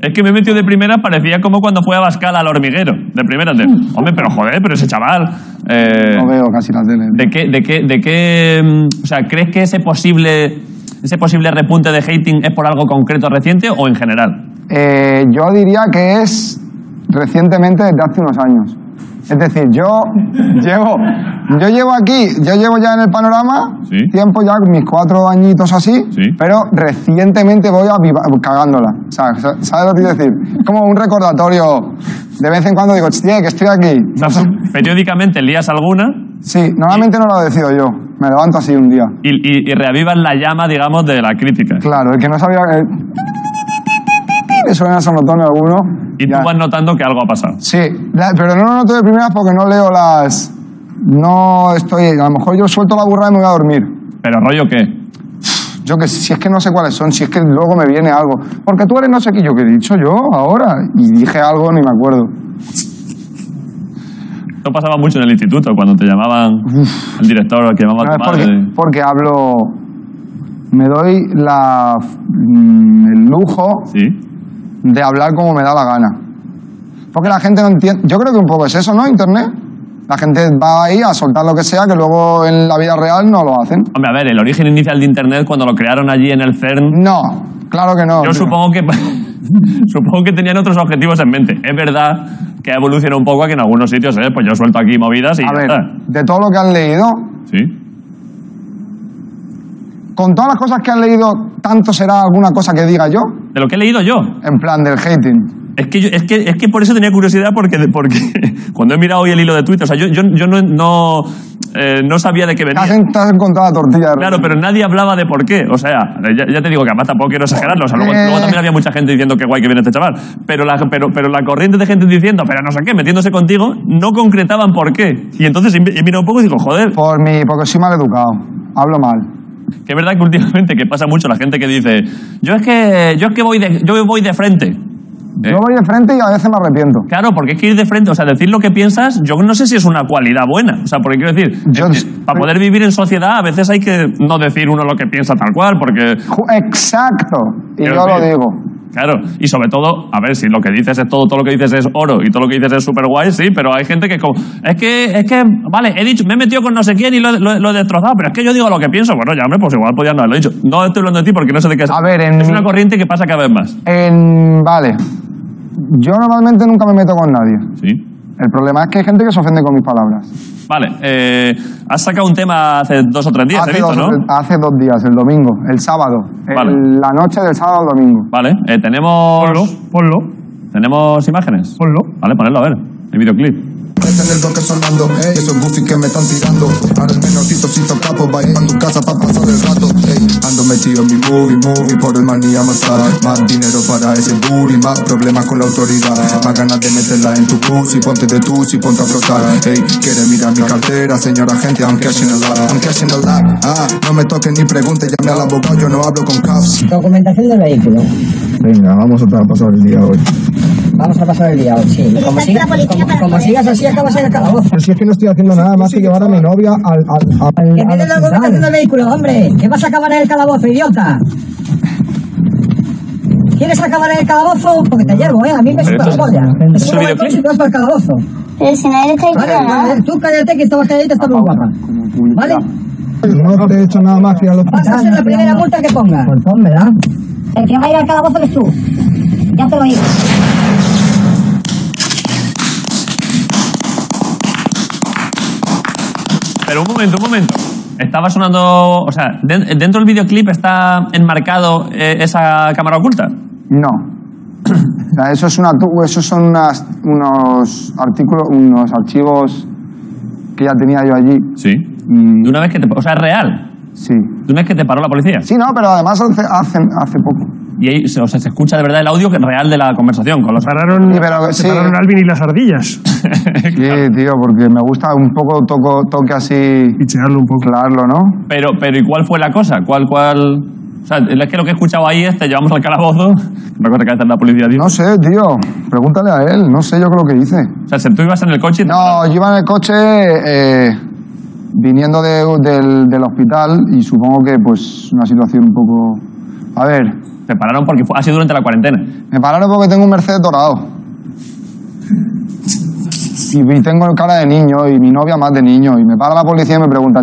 S2: Es que me he metido de primera, parecía como cuando fue a Bascal al hormiguero. De primera, de, hombre, pero joder, pero ese chaval. eh,
S5: No veo casi la tele.
S2: ¿De qué, de qué, de qué, mm, o sea, crees que ese posible, ese posible repunte de hating es por algo concreto reciente o en general?
S5: Eh, yo diría que es recientemente desde hace unos años. Es decir, yo llevo, yo llevo aquí, yo llevo ya en el panorama tiempo ya, mis cuatro añitos o así, pero recientemente voy aviva- cagándola. O sea, sa- ¿Sabes lo que quiero decir? Es como un recordatorio. De vez en cuando digo, "Hostia, que estoy aquí.
S2: Periódicamente lías alguna
S5: Sí, normalmente no lo decido yo. Me levanto así un día.
S2: y, y- y reavivas la llama, digamos, de la crítica.
S5: Claro, el que no sabía... eh, le suena sonotone alguno.
S2: Y tú vas notando que algo ha pasado.
S5: Sí, la- pero no lo noto de primeras porque no leo las. No estoy. A lo mejor yo suelto la burrada y me voy a dormir.
S2: Pero rollo qué?
S5: Yo que si es que no sé cuáles son, si es que luego me viene algo. Porque tú eres no sé qué, yo que he dicho yo ahora. Y dije algo, ni me acuerdo.
S2: Esto pasaba mucho en el instituto, cuando te llamaban el director o el que llamaba
S5: No,
S2: a
S5: Ah, es
S2: tu
S5: porque,
S2: madre.
S5: porque hablo. Me doy la, mm, el lujo de hablar como me da la gana. Porque la gente no entiende. Yo creo que un poco es eso, ¿no? Internet. La gente va ahí a soltar lo que sea que luego en la vida real no lo hacen.
S2: Hombre, a ver, el origen inicial de Internet cuando lo crearon allí en el CERN.
S5: No, claro que no.
S2: Yo supongo que supongo que tenían otros objetivos en mente. Es verdad que ha evolucionado un poco a que en algunos sitios, eh, pues yo suelto aquí movidas y
S5: A
S2: ya
S5: ver,
S2: está.
S5: de todo lo que han leído,
S2: Sí.
S5: con todas las cosas que han leído, ¿tanto será alguna cosa que diga yo?
S2: De lo que he leído yo.
S5: En plan del hating.
S2: Es que, yo- es, que, es que por eso tenía curiosidad, porque, porque cuando he mirado hoy el hilo de Twitter, o sea, yo, yo, yo no, no, eh, no sabía de qué
S5: Te has,
S2: venía.
S5: te has encontrado la tortilla de
S2: Claro, pero nadie hablaba de por qué. O sea, ya, ya te digo que además tampoco quiero exagerarlo. O sea, luego,
S5: Eh.
S2: luego también había mucha gente diciendo qué guay que viene este chaval. Pero la, pero, pero la corriente de gente diciendo, pero no sé qué, metiéndose contigo, no concretaban por qué. Y entonces he he mirado un poco y digo, joder,
S5: Por mi, porque soy mal educado. Hablo mal.
S2: que es verdad que últimamente que pasa mucho la gente que dice, yo es que, yo es que voy, de, yo voy de frente. ¿Eh?
S5: Yo voy de frente y a veces me arrepiento.
S2: Claro, porque es que ir de frente, o sea, decir lo que piensas, yo no sé si es una cualidad buena. O sea, porque quiero decir, es que para poder vivir en sociedad a veces hay que no decir uno lo que piensa tal cual, porque...
S5: Ju- Exacto. Y
S2: Quiero
S5: yo lo
S2: decir-
S5: digo.
S2: Claro, y sobre todo, a ver, si lo que dices es todo, todo lo que dices es oro y todo lo que dices es súper guay, sí, pero hay gente que es como, es que, es que, vale, he dicho, me he metido con no sé quién y lo, lo- lo he destrozado, pero es que yo digo lo que pienso, bueno, ya, hombre, pues igual podía no haberlo dicho. No estoy hablando de ti porque no sé de qué es. A
S5: ver,
S2: Es una corriente que pasa cada vez más.
S5: En, vale. Yo normalmente nunca me meto con nadie.
S2: Sí.
S5: El problema es que hay gente que se ofende con mis palabras.
S2: Vale, eh, has sacado un tema hace dos o tres días, he
S5: hace,
S2: visto,
S5: dos,
S2: ¿no?
S5: hace dos días, el domingo, el sábado. El-
S2: Vale.
S5: la noche del sábado al domingo.
S2: Vale, eh, tenemos...
S8: Ponlo.
S2: ¿Tenemos imágenes?
S8: Ponlo.
S2: Vale, ponedlo, a ver, el videoclip.
S11: Está en el bloque sonando, ey. esos goofies que me están tirando. Ahora el menorcito hizo capo, va en tu casa pa' pasar el rato. ey. Ando metido en mi movie, movie, por el manía más tarde. Más dinero para ese booty, más problemas con la autoridad. Más ganas de meterla en tu pussy, ponte de tu y ponte a flotar. Ey, quiere mirar mi cartera, señora gente, I'm cashing a lot. I'm cashing a lot, ah, no me toques ni preguntes, llame al abogado, yo no hablo con cops.
S12: Documentación del vehículo.
S11: Venga, vamos a pasar el día hoy.
S12: Vamos a pasar el día hoy, sí. Como, siga- como- como sigas así, acabas en el calabozo.
S11: Si es que no estoy haciendo nada más que llevar a mi novia al. al,
S12: Que tienes la documentación del vehículo, hombre. Que vas a acabar en el calabozo, idiota. ¿Quieres acabar en el calabozo? Porque te llevo, ¿eh? A mí me
S13: Pero
S12: suda la
S13: esto es-
S12: polla.
S13: ¿esto
S12: Tú
S13: es un
S12: no vas
S13: videoclip?
S12: y te vas para el calabozo. Pero si nadie te
S13: nada.
S12: Tú cállate que estabas calladita, está muy guapa. ¿Vale?
S11: No te he hecho nada más que ir al hospital.
S12: Vas a ser la primera multa que ponga. Por favor, ¿verdad?
S13: El que va a ir al calabozo eres tú. Ya te lo digo.
S2: Pero un momento, un momento. Estaba sonando. O sea, den- dentro del videoclip está enmarcado eh, esa cámara oculta.
S5: No. O sea, eso, es una, tu- eso son unas- unos artículos, unos archivos que ya tenía yo allí. Mm,
S2: Sí. De una vez que te. O sea, es real.
S5: Sí.
S2: De una vez que te paró la policía.
S5: Sí, no, pero además hace, hace, hace poco.
S2: y ahí, se- o sea, se escucha de verdad el audio real de la conversación. Con los
S8: Separaron, separaron Alvin y las ardillas.
S5: Sí, tío, porque me gusta un poco toco, toque así.
S8: Pichearlo un poco.
S5: Claro, ¿no?
S2: Pero, pero ¿y cuál fue la cosa? ¿Cuál, cuál? O sea, es que lo que he escuchado ahí es te llevamos al calabozo. No recuerdo que está la policía. tío.
S5: No sé, tío. Pregúntale a él. No sé yo creo que dice.
S2: O sea, si tú ibas en el coche y te-
S5: No, yo iba en el coche eh, viniendo de- del, del hospital y supongo que, pues, una situación un poco. A ver.
S2: te pararon porque fue- ha sido durante la cuarentena.
S5: Me pararon porque tengo un Mercedes dorado. Y, y tengo cara de niño y mi novia más de niño. Y me para la policía y me pregunta: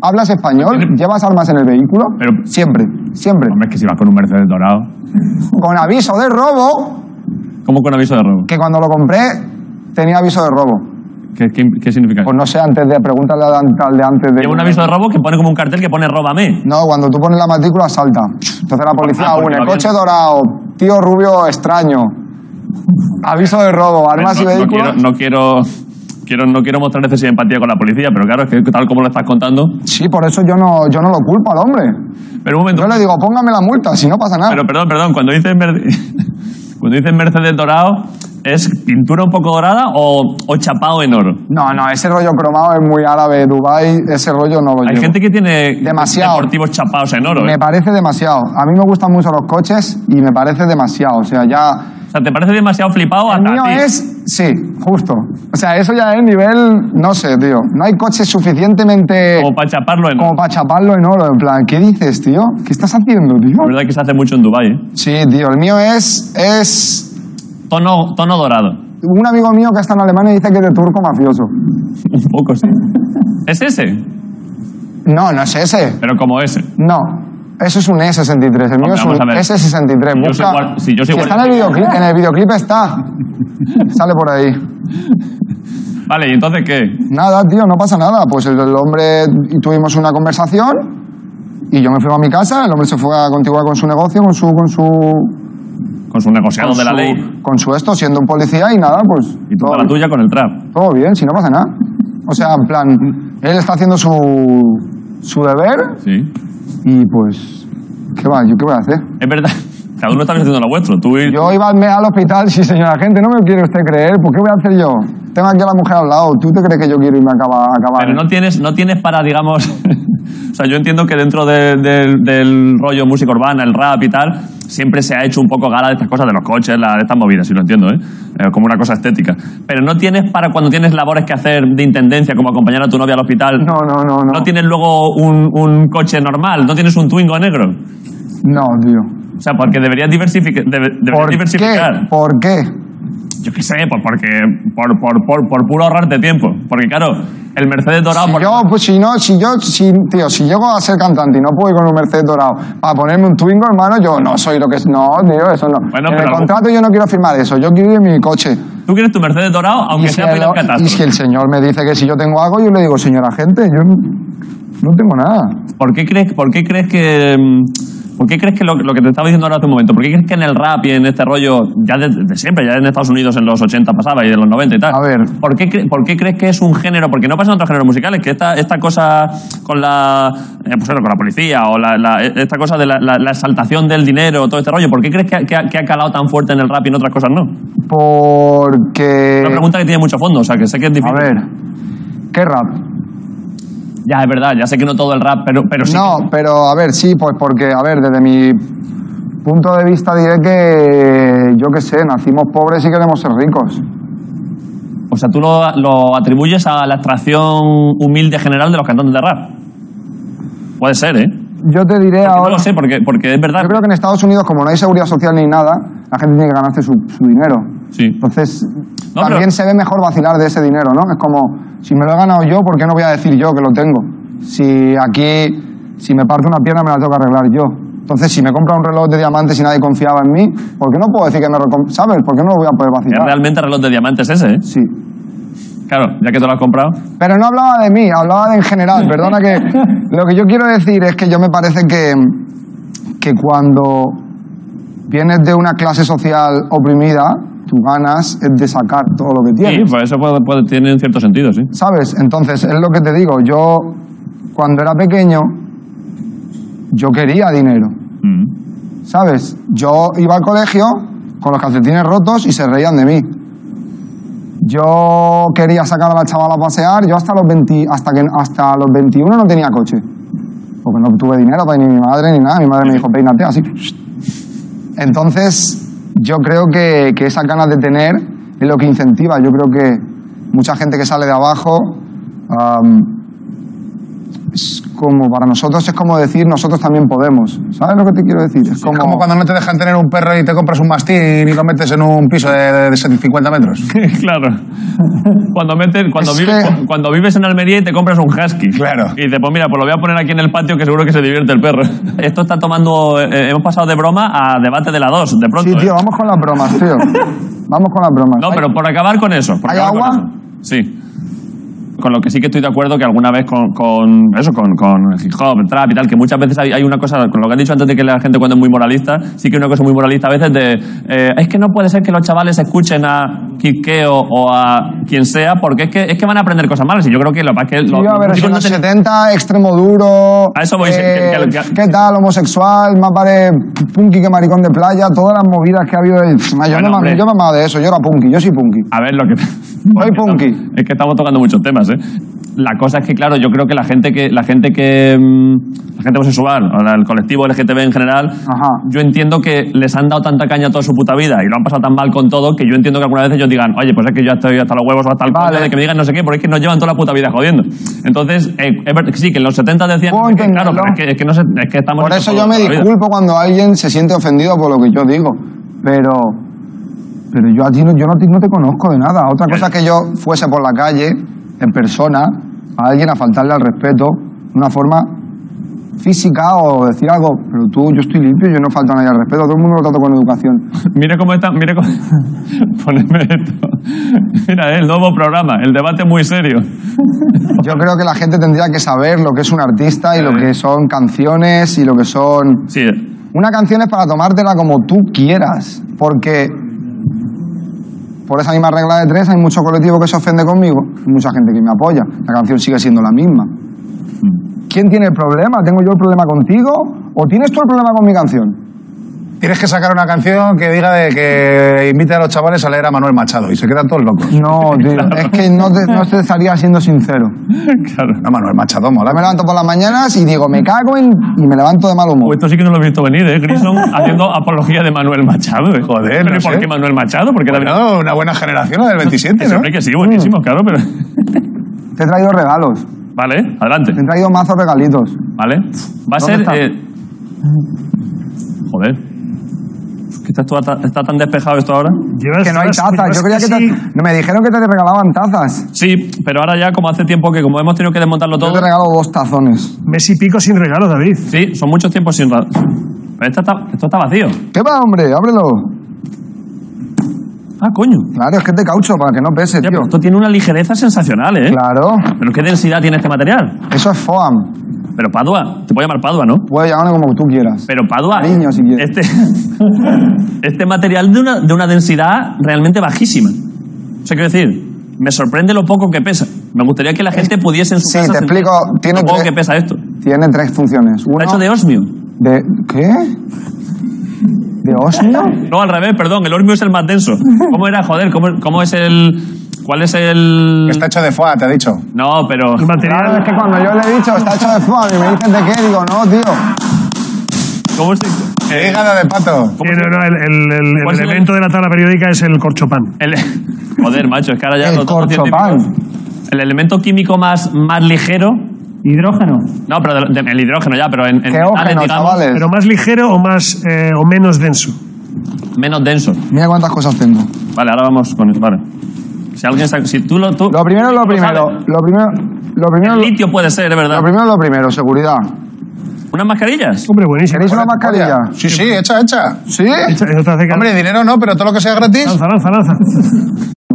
S5: ¿Hablas español? ¿Llevas armas en el vehículo? siempre, siempre.
S2: Hombre, es que si vas con un Mercedes dorado.
S5: Con aviso de robo,
S2: ¿Cómo con aviso de robo?
S5: que cuando lo compré tenía aviso de robo.
S2: ¿Qué, qué, qué significa?
S5: Pues no sé, antes de preguntarle al al de antes de.
S2: Lleva un aviso de robo que pone como un cartel que pone róbame.
S5: No, cuando tú pones la matrícula salta. Entonces la policía
S2: Ah, porque
S5: une
S2: va bien.
S5: coche dorado, tío rubio extraño, aviso de robo, armas
S2: no,
S5: y
S2: no
S5: vehículos.
S2: quiero, no quiero, quiero- no quiero mostrar necesidad de empatía con la policía, pero claro, es que tal como lo estás contando.
S5: Sí, por eso yo no, yo no lo culpo al hombre.
S2: Pero un momento.
S5: Yo le digo, póngame la multa, si no pasa nada.
S2: Pero perdón, perdón, cuando dices Mercedes, cuando dices Mercedes dorado, ¿es pintura un poco dorada o, o chapado en oro?
S5: No, no, ese rollo cromado es muy árabe de Dubai, ese rollo no lo
S2: Hay
S5: llevo.
S2: gente que tiene
S5: Demasiado.
S2: deportivos chapados en oro. ¿eh?
S5: Me parece demasiado. A mí me gustan mucho los coches y me parece demasiado. O sea, ya.
S2: O sea, ¿te parece demasiado flipado hasta
S5: mío
S2: a ti?
S5: es. Sí, justo. O sea, eso ya es nivel. No sé, tío. No hay coches suficientemente. Como
S2: para chaparlo en oro.
S5: Como para chaparlo en oro. En plan, ¿qué dices, tío? ¿Qué estás haciendo, tío?
S2: La verdad es que se hace mucho en Dubai. ¿eh?
S5: Sí, tío. El mío es. Es.
S2: Tono, tono dorado.
S5: Un amigo mío que está en Alemania dice que es de turco mafioso.
S2: Un poco, sí. ¿Es ese?
S5: No, no es ese.
S2: Pero como ese.
S5: No. Eso es un E S63. El mío
S2: Hombre,
S5: es un E
S2: vamos a ver.
S5: S63.
S2: Si yo soy
S5: Busca.
S2: guar- si yo soy
S5: está en
S2: guardia-
S5: el videoclip, en el videoclip está. Sale por ahí.
S2: Vale, ¿y entonces qué?
S5: Nada, tío, no pasa nada. Pues el, el hombre y tuvimos una conversación y yo me fui a mi casa, el hombre se fue a continuar con su negocio, con su con su
S2: Con su negociado
S5: con
S2: de la
S5: su-
S2: ley.
S5: con su esto siendo un policía y nada, pues
S2: Y tú a la tuya con el trap.
S5: todo bien, si no pasa nada. O sea, en plan, él está haciendo su su deber
S2: Sí.
S5: y pues qué va, yo qué voy a hacer.
S2: Es verdad. Cada uno está haciendo lo vuestro. Tú y...
S5: Yo iba al al hospital, sí señora gente, no me lo quiere usted creer, pues qué voy a hacer yo. Tengo aquí a la mujer al lado, ¿tú te crees que yo quiero irme a acaba- a acabar?
S2: Pero no tienes, no tienes para, digamos. o sea, yo entiendo que dentro de- de- del rollo música urbana, el rap y tal, siempre se ha hecho un poco gala de estas cosas, de los coches, la- de estas movidas, si lo entiendo, ¿eh? Eh, Como una cosa estética. Pero no tienes para cuando tienes labores que hacer de intendencia, como acompañar a tu novia al hospital.
S5: No, no, no, no.
S2: No tienes luego un, un coche normal, no tienes un Twingo negro.
S5: No, tío.
S2: O sea, porque deberías diversificar. debe- deberías
S5: ¿Por
S2: diversificar.
S5: qué? ¿Por qué?
S2: Yo qué sé, pues porque. Por, por, por, por puro ahorrarte tiempo. Porque claro, el Mercedes dorado.
S5: Si
S2: por-
S5: yo, pues, si no, si yo, si, tío, si llego a ser cantante y no puedo ir con un Mercedes dorado para ponerme un Twingo, hermano, yo no soy lo que es. No, tío, eso no.
S2: Bueno,
S5: en
S2: pero-
S5: el contrato yo no quiero firmar eso, yo quiero ir en mi coche.
S2: Tú quieres tu Mercedes dorado, aunque
S5: Y si,
S2: sea para
S5: el,
S2: ir al
S5: y
S2: catastro.
S5: si el señor me dice que si yo tengo algo, yo le digo, señora gente, yo no, no tengo nada.
S2: ¿Por qué crees, por qué crees que.? mm, ¿Por qué crees que lo, lo que te estaba diciendo ahora hace un momento? ¿Por qué crees que en el rap y en este rollo, ya desde siempre, ya en Estados Unidos en los 80 pasaba y en los 90 y tal?
S5: A ver.
S2: ¿Por qué, cre- por qué crees que es un género? Porque no pasa en otros géneros musicales, que esta, esta cosa con la. eh, pues bueno, con la policía o la, la- e-, esta cosa de la, la- la exaltación del dinero, todo este rollo. ¿Por qué crees que, ha- que ha- que ha calado tan fuerte en el rap y en otras cosas no?
S5: Porque.
S2: Una pregunta que tiene mucho fondo, o sea, que sé que es
S5: Eh, A
S2: difícil.
S5: ver, ¿qué rap?
S2: Ya, es verdad, ya sé que no todo el rap, pero, pero sí.
S5: No, pero a ver, sí, pues porque, a ver, desde mi punto de vista diré que, yo qué sé, nacimos pobres y queremos ser ricos.
S2: O sea, tú lo, lo atribuyes a la extracción humilde general de los cantantes de rap. Puede ser, ¿eh?
S5: Yo te diré
S2: No
S5: ahora...
S2: lo sé, porque, porque es verdad.
S5: Yo creo que en Estados Unidos, como no hay seguridad social ni nada, la gente tiene que ganarse su, su dinero.
S2: Sí.
S5: Entonces,
S2: No,
S5: también
S2: pero-
S5: se ve mejor vacilar de ese dinero, ¿no? Es como, si me lo he ganado yo, ¿por qué no voy a decir yo que lo tengo? Si aquí, si me parto una pierna, me la tengo que arreglar yo. Entonces, si me compra un reloj de diamantes y nadie confiaba en mí, ¿por qué no puedo decir que me lo comp- ¿Sabes? ¿Por qué no lo voy a poder
S2: Es
S5: vacilar?
S2: realmente reloj de diamantes ese, ¿eh?
S5: Sí.
S2: Claro, ya que te lo has comprado.
S5: Pero no hablaba de mí, hablaba de en general. Perdona que lo que yo quiero decir es que yo me parece que, que cuando vienes de una clase social oprimida, tú ganas es de sacar todo lo que
S2: Sí,
S5: tienes.
S2: pues eso puede, puede- tiene un cierto sentido, sí.
S5: ¿Sabes? Entonces, es lo que te digo. Yo, cuando era pequeño, yo quería dinero.
S2: Mm.
S5: ¿Sabes? Yo iba al colegio con los calcetines rotos y se reían de mí. Yo quería sacar a la chavala a pasear. Yo hasta los, 20 hasta que, hasta los 21 no tenía coche. Porque no tuve dinero para ni mi madre ni nada. Mi madre me dijo, peínate así. Entonces, yo creo que, que esas ganas de tener es lo que incentiva. Yo creo que mucha gente que sale de abajo, am, es como para nosotros es como decir, nosotros también podemos. ¿Sabes lo que te quiero decir? Es como,
S14: Como cuando no te dejan tener un perro y te compras un mastín y lo metes en un piso de, de 50 metros.
S2: claro. Cuando, metes, cuando,
S14: Es
S2: vives,
S14: que-
S2: cu- cuando vives en Almería y te compras un husky. Claro. Y te pues mira, pues lo voy a poner aquí en el patio que seguro que se divierte el perro. Esto está tomando. eh, hemos pasado de broma a debate de la 2, de pronto.
S5: Sí, tío,
S2: ¿eh?
S5: vamos con las bromas, tío. Vamos con las bromas.
S2: No, pero por acabar con eso. por
S5: ¿Hay
S2: acabar con
S5: agua?
S2: eso. Sí. Con lo que sí que estoy de acuerdo que alguna vez con, con eso, con, con el hip hop, el trap y tal, que muchas veces hay, hay una cosa, con lo que han dicho antes de que la gente cuando es muy moralista, sí que hay una cosa muy moralista a veces de, eh, es que no puede ser que los chavales escuchen a Kikeo o a quien sea, porque es que, es que van a aprender cosas malas. Y yo creo que lo que pasa es que los,
S5: Yo, a
S2: los
S5: ver,
S2: músicos
S5: en
S2: no
S5: los
S2: tienen-
S5: 70, extremo duro. eh,
S2: A eso voy, sí, que- que- que-
S5: ¿Qué tal, homosexual? Más vale punky que maricón de playa. Todas las movidas que ha habido. eh, pff, yo,
S2: Bueno,
S5: me,
S2: hombre.
S5: yo me amaba de eso. Yo era punky. Yo soy punky.
S2: A ver lo que.
S5: Soy punky.
S2: Es que estamos tocando muchos temas, ¿eh? La cosa es que, claro, yo creo que la gente que. La gente que. mm, La gente homosexual, o la- el colectivo LGTB en general, yo entiendo que les han dado tanta caña toda su puta vida y lo han pasado tan mal con todo que yo entiendo que algunas veces ellos digan, oye, pues es que yo ya estoy hasta los huevos o hasta el coño de que me digan no sé qué, porque es que nos llevan toda la puta vida jodiendo. Entonces, eh, es verdad que sí, que en los 70 decían. no sé qué, claro, pero es que, es que no se- es que estamos.
S5: Por
S2: hechos
S5: eso
S2: todos
S5: yo me
S2: toda la vida.
S5: disculpo cuando alguien se siente ofendido por lo que yo digo. Pero. Pero yo a ti no, yo no, te, no te conozco de nada. Otra cosa es que yo fuese por la calle, en persona, a alguien a faltarle al respeto, de una forma física o decir algo, pero tú, yo estoy limpio, yo no falto a nadie al respeto, a todo el mundo lo trato con educación.
S2: Mira cómo está, mira cómo... Poneme esto. Mira, el nuevo programa, el debate muy serio.
S5: Yo creo que la gente tendría que saber lo que es un artista y lo que son canciones y lo que son...
S2: Sí. eh,
S5: Una canción es para tomártela como tú quieras, porque por esa misma regla de tres hay mucho colectivo que se ofende conmigo y mucha gente que me apoya. La canción sigue siendo la misma. ¿Quién tiene el problema? ¿Tengo yo el problema contigo o tienes tú el problema con mi canción?
S14: Tienes que sacar una canción que diga de que invite a los chavales a leer a Manuel Machado y se quedan todos locos.
S5: No, tío, es que no te, no te estaría siendo sincero.
S2: Claro.
S14: No, Manuel Machado mola.
S5: Me levanto por las mañanas y digo, me cago en... y me levanto de mal humor.
S2: Pues esto sí que no lo he visto venir, ¿eh? Grison haciendo apología de Manuel Machado. ¿eh? Joder, ¿Pero
S14: no
S2: ¿y por
S14: sé.
S2: qué Manuel Machado? Porque
S14: Bueno, una buena generación, la del 27,
S2: Siempre
S14: ¿no?
S2: que sí, buenísimo, claro, pero...
S5: Te he traído regalos.
S2: Vale, adelante.
S5: Te he traído mazos regalitos.
S2: Vale. Va a
S5: ¿Dónde
S2: ser...
S5: está?
S2: eh, Joder. Es que está, todo ta- está tan despejado esto ahora.
S5: que no hay tazas. Yo creía que te- no, me dijeron que te regalaban tazas.
S2: Sí, pero ahora ya como hace tiempo que como hemos tenido que desmontarlo todo...
S5: Yo te regalo dos tazones.
S8: Mes y pico sin regalo, David.
S2: Sí, son muchos tiempos sin... ra- Pero esta está- esto está vacío.
S5: ¿Qué va, hombre? Ábrelo.
S2: Ah, coño.
S5: Claro, es que es de caucho para que no pese,
S2: Ya,
S5: tío.
S2: pero esto tiene una ligereza sensacional, ¿eh?
S5: Claro.
S2: Pero qué densidad tiene este material.
S5: Eso es foam.
S2: Pero Padua, te puedo llamar Padua, ¿no?
S5: Puedes llamarlo como tú quieras.
S2: Pero Padua,
S5: Cariño, si quieres.
S2: este, este material de una, de una densidad realmente bajísima. O sea, quiero decir, me sorprende lo poco que pesa. Me gustaría que la gente pudiese en su
S5: Sí,
S2: casa
S5: te
S2: sentir
S5: explico. Tiene
S2: lo poco
S5: tres-
S2: que pesa esto.
S5: Tiene tres funciones.
S2: Está
S5: Uno,
S2: hecho de osmio.
S5: de... ¿Qué? ¿De osmio?
S2: No, al revés, perdón, el osmio es el más denso. ¿Cómo era, joder? ¿Cómo, cómo es el...? ¿Cuál es el...?
S14: Está hecho de foie, te ha dicho.
S2: No, pero...
S5: Claro, es que cuando yo le he dicho está hecho de foam y me dicen de qué, digo, no, tío.
S2: ¿Cómo se...?
S14: Eh, Hígado de pato.
S8: Sí, eh, no, no, el, el- el- el
S2: ¿Cuál es el-
S8: elemento de la tabla periódica es el corchopán.
S2: El, joder, macho, es que ahora ya
S5: El
S2: los datos
S5: corchopán.
S2: científicos- El elemento químico más, más ligero.
S6: Hidrógeno.
S2: No, pero de- de- el hidrógeno ya, pero en, en metales,
S5: ógeno,
S2: digamos,
S5: chavales.
S8: Pero más ligero o más eh, o menos denso.
S2: menos denso.
S5: Mira cuántas cosas tengo.
S2: Vale, ahora vamos con. Vale. Si alguien sabe- Si tú lo. Tú,
S5: Lo primero es lo
S2: tú
S5: primero.
S2: sabes.
S5: Lo primero... Lo primero... Lo
S2: Litio puede ser, es verdad.
S5: primero es lo primero, seguridad.
S2: ¿Unas mascarillas?
S8: Hombre, buenísimo.
S5: ¿Queréis una mascarilla?
S14: Sí, sí, hecha, hecha.
S5: ¿Sí?
S8: Esto- esto hace que-
S14: Hombre, dinero no, pero todo lo que sea gratis.
S8: Lanza, lanza, lanza.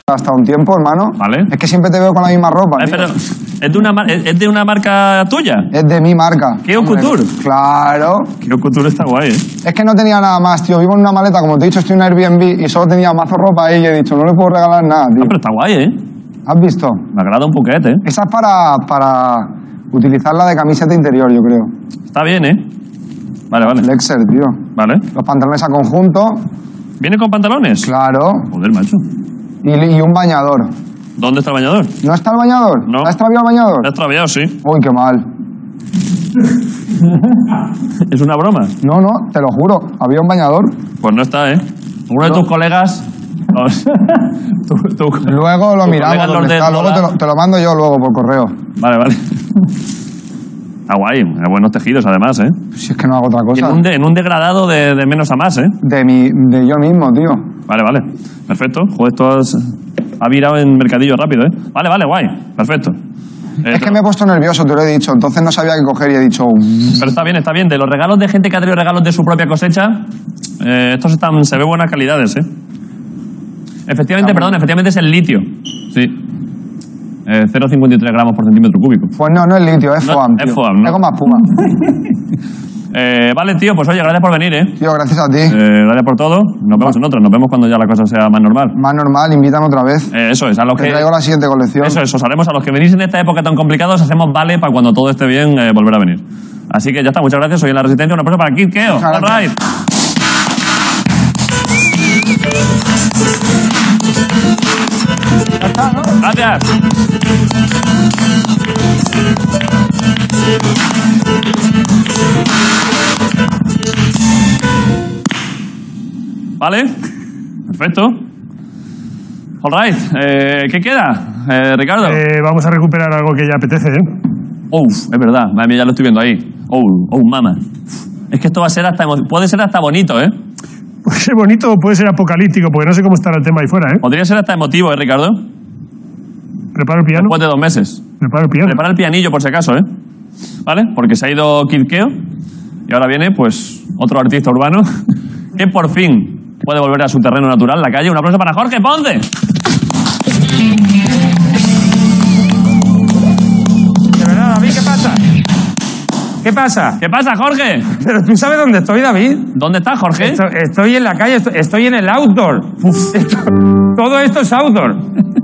S5: Hasta un tiempo, hermano.
S2: Vale.
S5: Es que siempre te veo con la misma ropa.
S2: Eh,
S5: tío.
S2: pero, ¿es, de una, mar- es es de una marca tuya.
S5: Es de mi marca.
S2: Keo
S5: Hombre,
S2: Couture.
S5: Claro.
S2: Creo que tú está guay, ¿eh?
S5: Es que no tenía nada más, tío. Vivo en una maleta, como te he dicho, estoy en una Airbnb y solo tenía mazo ropa ahí y he dicho, no le puedo regalar nada,
S2: Ah,
S5: tío.
S2: pero está guay, ¿eh?
S5: ¿Has visto?
S2: Me agrada un poquete, ¿eh?
S5: Esa es para, para utilizarla de camiseta interior, yo creo.
S2: Está bien, ¿eh? Vale, vale.
S5: Lexer, tío.
S2: Vale.
S5: Los pantalones a conjunto.
S2: ¿Viene con pantalones?
S5: Claro.
S2: Joder, macho.
S5: Y, y un bañador.
S2: ¿Dónde está el bañador?
S5: ¿No está el bañador?
S2: No.
S5: ¿Has extraviado el bañador?
S2: Te has traviado, sí.
S5: Uy, qué mal.
S2: ¿Es una broma?
S5: No, no, te lo juro. Había un bañador.
S2: Pues no está, ¿eh? Uno de tus colegas. los- tu- tu-
S5: Luego lo
S2: tu colega
S5: miramos.
S2: los
S5: dónde
S2: de
S5: está. Luego
S2: Lola.
S5: te lo, te lo mando yo luego por correo.
S2: Vale, vale. Está guay. hay buenos tejidos, además, ¿eh?
S5: Si es que no hago otra
S2: Y en,
S5: cosa.
S2: un de- en un degradado de, de menos a más, ¿eh?
S5: De, mi, de yo mismo, tío.
S2: Vale, vale. Perfecto. Joder, esto has- ha virado en mercadillo rápido, ¿eh? Vale, vale, guay. Perfecto. Eh,
S5: Es que me he puesto nervioso, te lo he dicho. Entonces no sabía qué coger y he dicho...
S2: Pero está bien, está bien. De los regalos de gente que ha traído regalos de su propia cosecha, eh, estos están, se ve buenas calidades, ¿eh? Efectivamente, perdón, efectivamente es el litio. Sí. Eh, 0,53 gramos por centímetro cúbico.
S5: Pues no, no es litio, es
S2: No,
S5: FOAM.
S2: es
S5: tío.
S2: foam, ¿no?
S5: Es goma espuma.
S2: Eh, vale, tío, pues oye, gracias por venir, ¿eh?
S5: Tío, gracias a ti.
S2: Eh, gracias por todo. Nos vemos en otro. Nos vemos cuando ya la cosa sea más normal.
S5: Más normal, invitan otra vez.
S2: Eh, eso es, a los
S5: Te
S2: que...
S5: traigo la siguiente colección.
S2: Eso es, os haremos a los que venís en esta época tan complicada, os hacemos vale para cuando todo esté bien eh, volver a venir. Así que ya está, muchas gracias. Soy en la Resistencia, una persona para Kid Keo. All right. Gracias. Vale, perfecto. All right, eh, ¿qué queda, eh, Ricardo?
S8: Eh, vamos a recuperar algo que ya apetece, ¿eh?
S2: Uf, es verdad, madre mía, ya lo estoy viendo ahí. Oh, oh, mama. Es que esto va a ser hasta emo- puede ser hasta bonito, ¿eh?
S8: Puede ser bonito o puede ser apocalíptico, porque no sé cómo estará el tema ahí fuera, ¿eh?
S2: Podría ser hasta emotivo, ¿eh, Ricardo?
S8: Preparo el piano.
S2: Después de dos meses.
S8: Preparo el piano.
S2: Prepara el pianillo por si acaso, ¿eh? ¿Vale? Porque se ha ido Kid Keo y ahora viene, pues, otro artista urbano que por fin puede volver a su terreno natural, la calle. Un aplauso para Jorge Ponce.
S1: De verdad, David, ¿qué pasa? ¿Qué pasa?
S2: ¿Qué pasa, Jorge?
S1: Pero tú sabes dónde estoy, David.
S2: ¿Dónde estás, Jorge?
S1: Esto- Estoy, en la calle, esto- estoy, en el outdoor. Esto- todo esto es outdoor.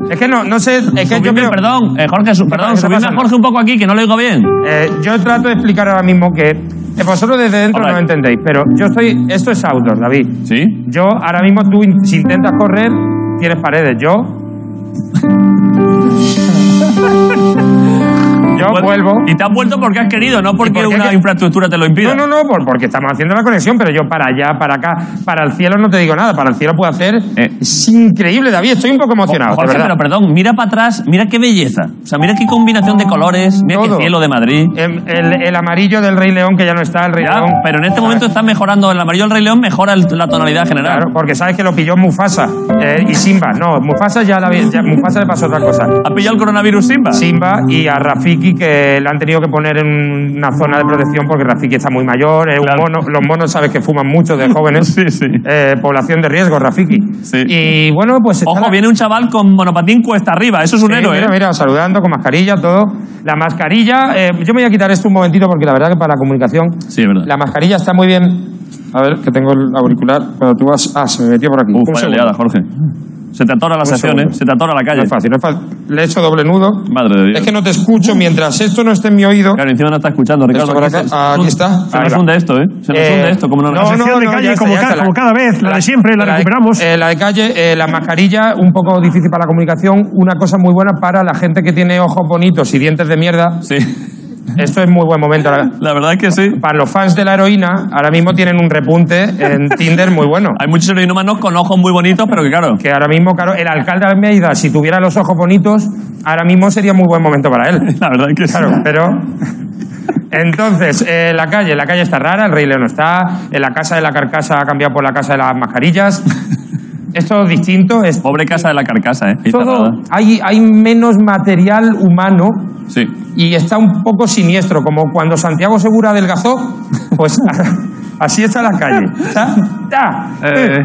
S1: Es que no, no sé, es que yo
S2: Subidme,
S1: creo...
S2: perdón, eh, Jorge, su-
S1: ¿Qué
S2: perdón,
S1: pasa? ¿Qué
S2: subidme
S1: pasa?
S2: a Jorge un poco aquí, que no lo oigo bien.
S1: Eh, yo trato de explicar ahora mismo que eh, vosotros desde dentro no lo entendéis, pero yo estoy... Esto es outdoor, David.
S2: ¿Sí?
S1: Yo, ahora mismo, tú in- si intentas correr, tienes paredes. Yo... yo
S2: Bueno,
S1: vuelvo...
S2: Y te has vuelto porque has querido, no porque
S1: por qué
S2: una
S1: que-
S2: infraestructura te lo impida.
S1: No, no, no, por- porque estamos haciendo la conexión, pero yo para allá, para acá, para el cielo no te digo nada, para el cielo puedo hacer... Es increíble, David, estoy un poco emocionado, de
S2: Jorge,
S1: verdad.
S2: Eh. pero perdón, mira para atrás, mira qué belleza. O sea, mira qué combinación de colores, mira
S1: Todo.
S2: qué cielo de Madrid.
S1: Em, El, el amarillo del Rey León, que ya no está, el Rey
S2: Ya,
S1: León.
S2: pero en este momento está mejorando, el amarillo del Rey León mejora el- la tonalidad general.
S1: Claro, porque sabes que lo pilló Mufasa eh, y Simba. No, Mufasa ya, la, vi- ya- Mufasa le pasó otra cosa.
S2: ¿Ha pillado el coronavirus Simba?
S1: Simba y a Rafiki que le han tenido que poner en una zona de protección porque Rafiki está muy mayor, es un mono, los monos sabes que fuman mucho de jóvenes.
S2: Sí, sí.
S1: Eh, población de riesgo, Rafiki.
S2: Sí.
S1: Y bueno, pues... está
S2: Ojo,
S1: la-
S2: viene un chaval con monopatín cuesta arriba, eso es un
S1: Sí,
S2: héroe.
S1: Mira,
S2: ¿eh?
S1: mira, saludando con mascarilla, todo. La mascarilla, eh, yo me voy a quitar esto un momentito porque la verdad que para la comunicación
S2: Sí, es verdad.
S1: La mascarilla está muy bien. A ver, que tengo el auricular. Cuando tú vas. Ah, se me metió por aquí.
S2: Uf,
S1: Un
S2: vaya
S1: segundo.
S2: liada, Jorge. Se te atora la
S1: Un
S2: sección, ¿eh?
S1: segundo.
S2: Se te atora la calle.
S1: No es fácil, no es fácil. Le he hecho doble nudo.
S2: Madre de Dios.
S1: Es que no te escucho mientras esto no esté en mi oído.
S2: Claro, encima no está escuchando,
S1: Esto
S2: Ricardo.
S1: por
S2: se-
S1: acá.
S2: se-
S1: Ah,
S2: se-
S1: aquí está.
S2: Se
S1: Ahí
S2: nos
S1: va.
S2: hunde esto, ¿eh? Se nos
S1: Eh,
S2: hunde esto, como no,
S8: no, sección de calle,
S1: ya
S8: como
S1: ya
S8: ca- como cada vez, la de siempre, la
S1: de-
S8: recuperamos.
S1: eh, la de calle, eh, la mascarilla, un poco difícil para la comunicación, una cosa muy buena para la gente que tiene ojos bonitos y dientes de mierda.
S2: Sí,
S1: Esto es muy buen momento. la-
S2: la verdad es que sí.
S1: Para los fans de la heroína, ahora mismo tienen un repunte en Tinder muy bueno.
S2: Hay muchos heroinomanos con ojos muy bonitos, pero que claro.
S1: Que ahora mismo, claro, el alcalde de Almeida, si tuviera los ojos bonitos, ahora mismo sería muy buen momento para él.
S2: La verdad es que sí.
S1: Claro, pero. Entonces, eh, la calle, la calle está rara, el Rey León no está, eh, la casa de la carcasa ha cambiado por la casa de las mascarillas. Es todo distinto, es
S2: Pobre casa de la carcasa, ¿eh? Ahí está
S1: todo.
S2: nada.
S1: Hay, hay menos material humano
S2: Sí.
S1: y está un poco siniestro, como cuando Santiago Segura adelgazó, pues así está la calle. Ta, ta.
S2: Eh.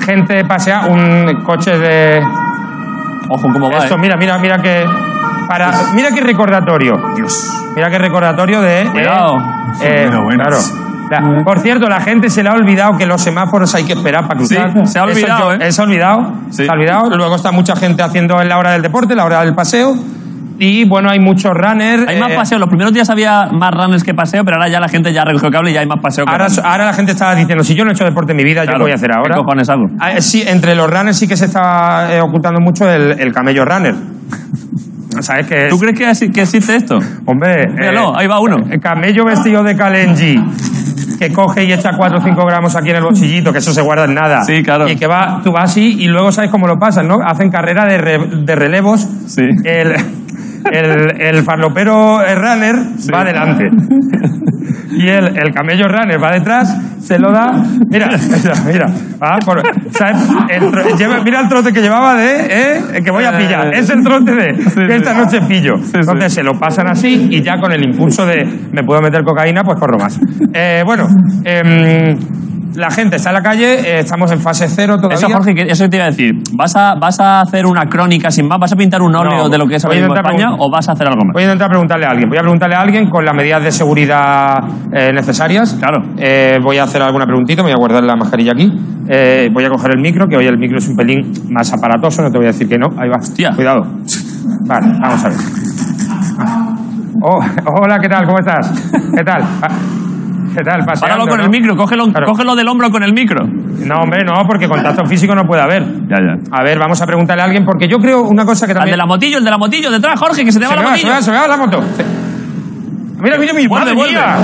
S1: Gente pasea, un coche de...
S2: Ojo cómo va,
S1: Esto,
S2: ¿eh?
S1: mira, mira, mira que... Para, mira qué recordatorio. Dios. Mira qué recordatorio de... eh,
S2: Cuidado.
S1: eh,
S2: Pero bueno.
S1: Claro. La- por cierto, la gente se le ha olvidado que los semáforos hay que esperar para cruzar.
S2: Sí, se ha
S1: Eso
S2: olvidado,
S1: yo-
S2: ¿eh?
S1: Se ha olvidado.
S2: Sí.
S1: Se ha olvidado. Luego está mucha gente haciendo en la hora del deporte, la hora del paseo. Y bueno, hay muchos runners. eh,
S2: Hay más paseo. Los primeros días había más runners que paseo, pero ahora ya la gente ya recogió cable y ya hay más paseo. Que
S1: Ahora,
S2: runners.
S1: ahora la gente está diciendo, si yo no he hecho deporte en mi vida, ¿yo
S2: Claro,
S1: qué voy a hacer
S2: ¿qué
S1: ahora?
S2: cojones hago?
S1: Ah, Sí, entre los runners sí que se está eh, ocultando mucho el, el camello runner. ¿Sabes qué es?
S2: ¿Tú crees que, así- que existe esto?
S1: Hombre, eh,
S2: Míralo, ahí va uno.
S1: El camello vestido de Kalenji, que coge y echa 4 o 5 gramos aquí en el bolsillito, que eso se guarda en nada.
S2: Sí, claro.
S1: Y que va, tú vas así y luego sabes cómo lo pasan, ¿no? Hacen carrera de, re- de relevos.
S2: Sí.
S1: El, el, el farlopero eh, runner va adelante. Y el, el camello runner va detrás, se lo da. Mira, mira, mira. Ah, por- ¿sabes? El tro- lleva- mira el trote que llevaba de. eh, el que voy a pillar. Es el trote de. que esta noche pillo. Entonces se lo pasan así y ya con el impulso de. Me puedo meter cocaína, pues corro más. Eh, bueno. em, la gente está en la calle, eh, estamos en fase cero todavía.
S2: Eso, Jorge, que- eso te iba a decir. ¿Vas a, ¿Vas a hacer una crónica sin más? ¿Vas a pintar un óleo
S1: No,
S2: de lo que es
S1: voy
S2: ahora
S1: a
S2: mismo
S1: intentar
S2: España
S1: pregun-
S2: o vas a hacer algo más?
S1: Voy a intentar preguntarle a alguien. Voy a preguntarle a alguien con las medidas de seguridad eh, necesarias. Claro. voy a hacer alguna preguntita, me voy a guardar la mascarilla aquí. Eh, voy a coger el micro, que hoy el micro es un pelín más aparatoso, no te voy a decir que no. Ahí va. Cuidado. Vale, vamos a ver. Oh, hola, ¿qué tal? ¿Cómo estás? ¿Qué tal? Ah, ¿Qué tal? Paseando,
S2: Páralo con
S1: ¿no?
S2: el micro, cógelo,
S1: Claro.
S2: cógelo del hombro con el micro.
S1: No, hombre, no, porque contacto físico no puede haber.
S2: Ya, ya.
S1: A ver, vamos a preguntarle a alguien, porque yo creo una cosa que
S2: Al
S1: también...
S2: de la motillo, el de la motillo, detrás, Jorge, que se te va
S1: se
S2: la
S1: me va, se
S2: motillo.
S1: me va, se me va la moto. Se- Mira, mira, mira,
S2: Vuelve,
S1: madre
S2: vuelve.
S1: mía.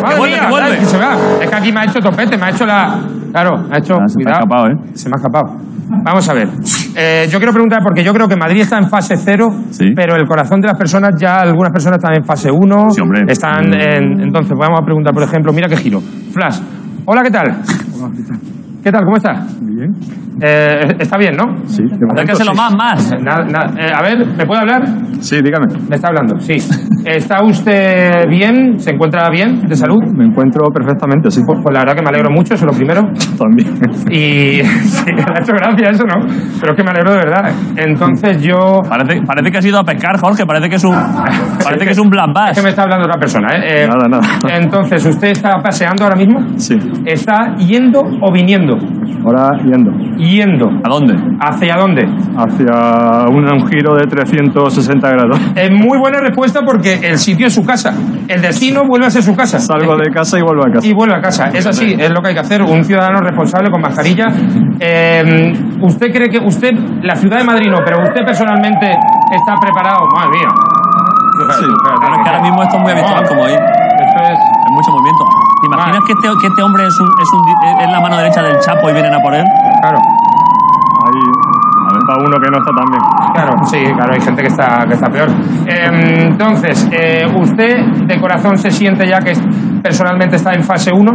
S1: Madre
S2: Que vuelve,
S1: mía,
S2: que vuelve.
S1: claro, que se va. Es que aquí me ha hecho topete, me ha hecho la. Claro, me ha hecho.
S2: se te
S1: cuidado.
S2: ha escapado, ¿eh?
S1: Se me ha escapado. Vamos a ver. Eh, yo quiero preguntar, porque yo creo que Madrid está en fase cero,
S2: Sí.
S1: pero el corazón de las personas, ya algunas personas están en fase 1.
S2: Sí, hombre. Mm.
S1: Están en- entonces, vamos a preguntar, por ejemplo, mira qué giro. Flash. Hola, ¿qué tal? ¿Qué tal? ¿Cómo estás? Bien. está bien, ¿no? Sí.
S2: Acércaselo más, más.
S1: Nada, nada. Eh, a ver, ¿me puede hablar? Sí, dígame. Me está hablando, sí. ¿Está usted bien? ¿Se encuentra bien de salud? Me encuentro perfectamente, sí. Pues, pues la verdad que me alegro mucho, eso es lo primero. También. Y sí, le ha hecho gracia eso, ¿no? Pero es que me alegro de verdad. Entonces yo...
S2: Parece, parece que has ido a pescar, Jorge. Parece que es un, parece que es un black bass.
S1: Es que me está hablando otra persona, ¿eh? Nada, nada. Entonces, ¿usted está paseando ahora mismo? Sí. ¿Está yendo o viniendo?
S15: Ahora yendo.
S1: Yendo.
S2: ¿A dónde?
S1: ¿Hacia dónde?
S15: Hacia un, un giro de 360 grados.
S1: Es muy buena respuesta porque el sitio es su casa. El destino vuelve a ser su casa.
S15: Salgo de casa y vuelvo a casa.
S1: Y vuelve a casa. Es así, es lo que hay que hacer. Un ciudadano responsable con mascarilla. Eh, ¿Usted cree que usted, la ciudad de Madrid no, pero usted personalmente está preparado? Madre mía.
S2: Claro, es que ahora mismo esto es muy habitual, como ahí. Hay mucho movimiento. ¿Te imaginas que este, que este hombre es, un- es un- es la mano derecha del Chapo y vienen a por él?
S1: Claro.
S15: Ahí está uno que no está tan bien.
S1: Claro, sí, claro, hay gente que está, que está peor. Eh, entonces, eh, ¿usted de corazón se siente ya que personalmente está en fase 1?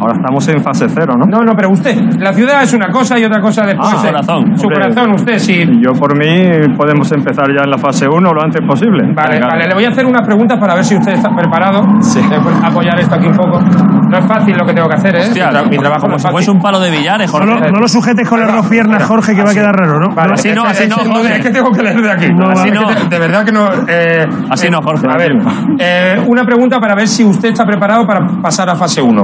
S15: Ahora estamos en fase cero, ¿no?
S1: No, no, pero usted, la ciudad es una cosa y otra cosa después.
S15: Ah, su
S1: eh,
S15: corazón.
S1: Su
S15: Hombre.
S1: corazón, usted sí.
S15: Yo por mí podemos empezar ya en la fase 1 lo antes posible.
S1: Vale, vale, le voy a hacer unas preguntas para ver si usted está preparado. Le voy a apoyar esto aquí un poco. No es fácil lo que tengo que hacer, ¿eh?
S2: Hostia,
S1: Mi tra- mi trabajo no
S2: como
S1: es
S2: si
S1: fácil.
S2: fuese un palo de billares, Jorge.
S8: No, lo- no lo sujetes con las dos piernas, Jorge, que va a quedar raro, ¿no?
S1: Vale,
S2: así no,
S1: es-
S2: así
S1: es-
S2: no,
S1: es-
S2: Jorge.
S1: Es que tengo que leer de aquí.
S2: No,
S1: así
S2: vale.
S1: no. De verdad que no. eh,
S2: Así no, Jorge.
S1: a ver, eh, una pregunta para ver si usted está preparado para pasar a fase 1.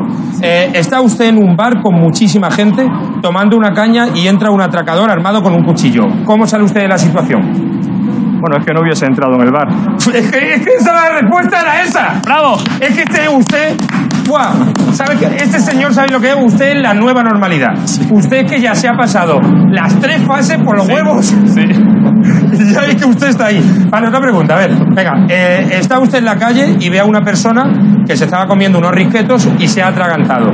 S1: ¿Está usted en un bar con muchísima gente tomando una caña y entra un atracador armado con un cuchillo? ¿Cómo sale usted de la situación?
S15: Bueno, es que no hubiese entrado en el bar.
S1: Es que, es que esa la respuesta era esa.
S2: ¡Bravo!
S1: Es que este usted, ¡guau! ¿Sabe que este señor sabe lo que es usted es la nueva normalidad? Usted que ya se ha pasado las tres fases por los huevos. Sí. ya ve que usted está ahí. Vale, otra pregunta, a ver. Venga, eh, está usted en la calle y ve a una persona que se estaba comiendo unos risquetos y se ha atragantado.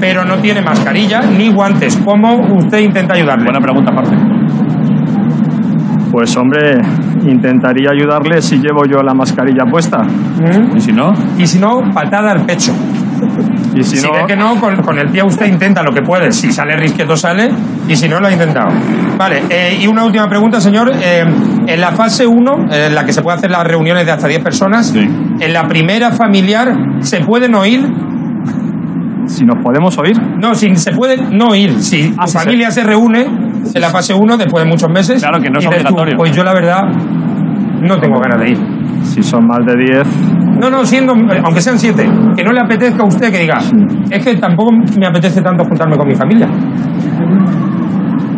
S1: Pero no tiene mascarilla ni guantes. ¿Cómo usted intenta ayudarle?
S2: Buena pregunta, Jorge.
S15: Pues hombre, intentaría ayudarle si llevo yo la mascarilla puesta.
S1: ¿Mm?
S2: ¿Y si no?
S1: Y si no, patada al pecho.
S15: Y si,
S1: Si
S15: no,
S1: ve que no, con, con el pie usted intenta lo que puede. Si sale risqueto, sale. Y si no, lo ha intentado. Vale, eh, y una última pregunta, señor. Eh, en la fase 1, eh, en la que se puede hacer las reuniones de hasta 10 personas, en la primera familiar, ¿se pueden oír?
S15: si nos podemos oír.
S1: No, si se puede no oír. Si tu
S15: Ah, sí,
S1: familia se reúne en la fase 1 después de muchos meses.
S2: Claro que no es
S1: y dices tú,
S2: obligatorio.
S1: Pues yo, la verdad, no tengo ganas de ir.
S15: Si son más de 10,
S1: No, no, siendo, aunque sean siete, que no le apetezca a usted que diga, es que tampoco me apetece tanto juntarme con mi familia.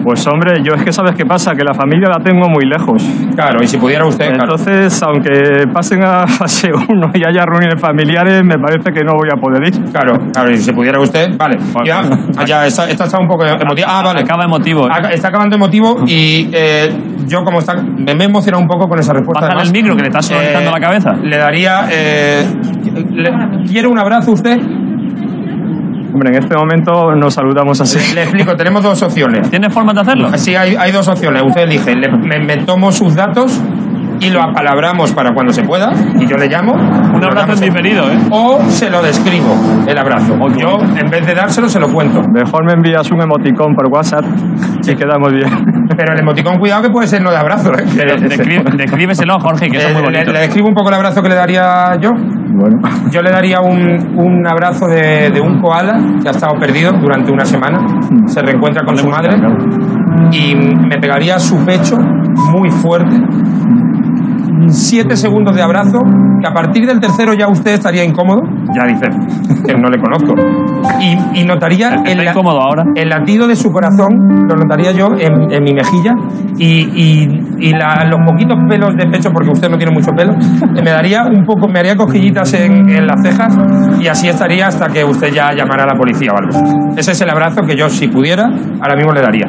S15: Pues hombre, yo es que sabes qué pasa, que la familia la tengo muy lejos.
S1: Claro, y si pudiera usted, claro.
S15: Entonces, aunque pasen a fase 1 y haya reuniones familiares, me parece que no voy a poder ir.
S1: Claro, claro, y si pudiera usted, vale. Ya, ah, ya, esta, esta está un poco emotiva. Ah, vale.
S2: Acaba emotivo.
S1: Ac- Está acabando emotivo y eh, yo como está, me me he emocionado un poco con esa respuesta. eh,
S2: Bájale el micro, que le está sobrecalentando la cabeza.
S1: Le daría... eh, le- ¿Quiere un abrazo usted?
S15: Hombre, en este momento nos saludamos así.
S1: Le, le explico, tenemos dos opciones.
S2: ¿Tienes forma de hacerlo?
S1: Sí, hay, hay dos opciones. Usted elige, le- me, me tomo sus datos y lo apalabramos para cuando se pueda y yo le llamo. Un abrazo
S2: diferido, ¿eh?
S1: O se lo describo, el abrazo. yo, en vez de dárselo, se lo cuento.
S15: Mejor me envías un emoticón por WhatsApp y quedamos bien.
S1: Pero el emoticón, cuidado que puede ser no de abrazo, ¿eh?
S2: Descri- Descríbeselo, Jorge, que eso es muy
S1: Eh, le,
S2: bonito.
S1: le describo un poco el abrazo que le daría yo. Yo le daría un, un abrazo de, de un koala que ha estado perdido durante una semana. Se reencuentra con su madre y me pegaría a su pecho muy fuerte. Siete segundos de abrazo, que a partir del tercero ya usted estaría incómodo. Ya dice que no le conozco. Y, y notaría el, la- el latido de su corazón, lo notaría yo en, en mi mejilla. Y, y- y la- los poquitos pelos de pecho, porque usted no tiene mucho pelo, me daría un poco, me haría cosquillitas en, en las cejas. Y así estaría hasta que usted ya llamara a la policía o algo. Ese es el abrazo que yo, si pudiera, ahora mismo le daría.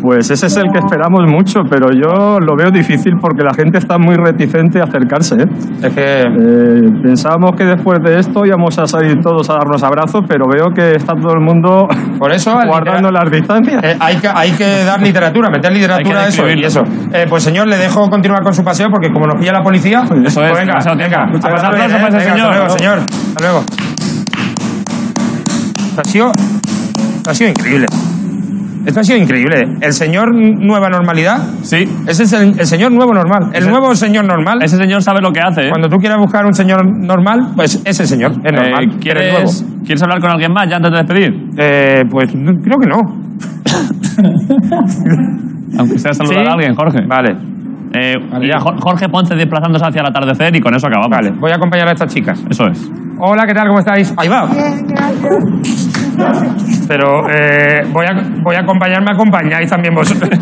S15: Pues ese es el que esperamos mucho, pero yo lo veo difícil porque la gente está muy reticente a acercarse. ¿eh?
S1: Es que
S15: pensábamos que después de esto íbamos a salir todos a darnos abrazos, pero veo que está todo el mundo
S1: Por eso,
S15: guardando las distancias.
S1: Eh, hay, que, hay que dar literatura, meter literatura a
S15: Hay que
S1: eso y eso.
S15: describirlo.
S1: Eh, pues señor, le dejo continuar con su paseo porque como nos pilla la policía,
S2: Eso
S1: pues
S2: es,
S1: venga,
S2: demasiado tiempo.
S1: venga,
S2: Muchas
S1: a pasarlo
S2: gracias.
S1: bien,
S2: Gracias,
S1: venga,
S2: señor.
S1: Hasta luego, señor. Hasta luego. Esto ha sido, esto ha sido increíble. Esto ha sido increíble. El señor Nueva Normalidad.
S2: Sí.
S1: Ese es el, el señor Nuevo Normal. El nuevo señor normal.
S2: Ese señor sabe lo que hace. ¿eh?
S1: Cuando tú quieras buscar un señor normal, pues ese señor es
S2: Eh,
S1: normal. el nuevo.
S2: ¿quieres, ¿Quieres hablar con alguien más ya antes de despedir?
S1: Eh, pues n- creo que no.
S2: Aunque sea saludar
S1: ¿Sí?
S2: a alguien, Jorge.
S1: Vale.
S2: Eh, y ya Jo- Jorge Ponce desplazándose hacia el atardecer y con eso acabamos. Vale,
S1: voy a acompañar a estas chicas.
S2: Eso es.
S1: Hola, ¿qué tal? ¿Cómo estáis? Ahí va. Pero eh, voy, a, voy a acompañarme, acompañáis también vosotros.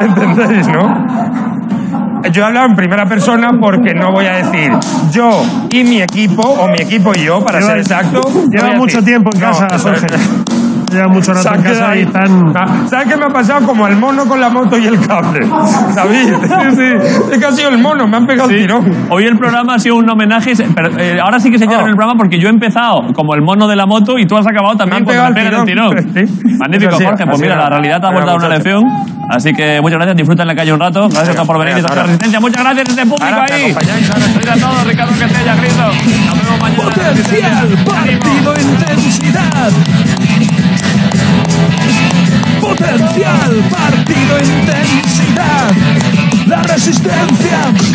S1: ¿Entendéis, no? Yo he hablado en primera persona porque no voy a decir yo y mi equipo, o mi equipo y yo, para
S8: Lleva-
S1: ser exacto.
S8: lleva
S1: voy a
S8: mucho
S1: decir,
S8: tiempo en casa,
S1: eso
S8: Jorge. Lleva mucho rato en
S1: Sáquenla
S8: casa y
S1: ahí.
S8: están...
S1: Ah, ¿Sabes qué me ha pasado? Como al mono con la moto y el cable. David, sí, sí. Es que ha sido el mono, me han pegado el tirón.
S2: Hoy el programa ha sido un homenaje. se- pero, eh, ahora sí que se llama el programa porque yo he empezado como el mono de la moto y tú has acabado también
S1: Me
S2: con
S1: han
S2: el
S1: pegado
S2: tirón.
S1: el
S2: tirón. Magnífico,
S1: Eso sí,
S2: Jorge. Pues
S1: así
S2: mira,
S1: era.
S2: la realidad te ha
S1: Era
S2: vuelto a dar una
S1: muchacho.
S2: lección. Así que muchas gracias. Disfruta en la calle un rato. Gracias
S1: Venga,
S2: por venir y
S1: venga,
S2: hacer
S1: ahora.
S2: resistencia. Muchas gracias a este público
S1: Ahora me
S2: ahí.
S1: acompañáis, ahora.
S2: Gracias a todos. Ricardo Castella, Cristo. Nos vemos mañana.
S4: Potencial partido intensidad. Potencial partido intensidad. La resistencia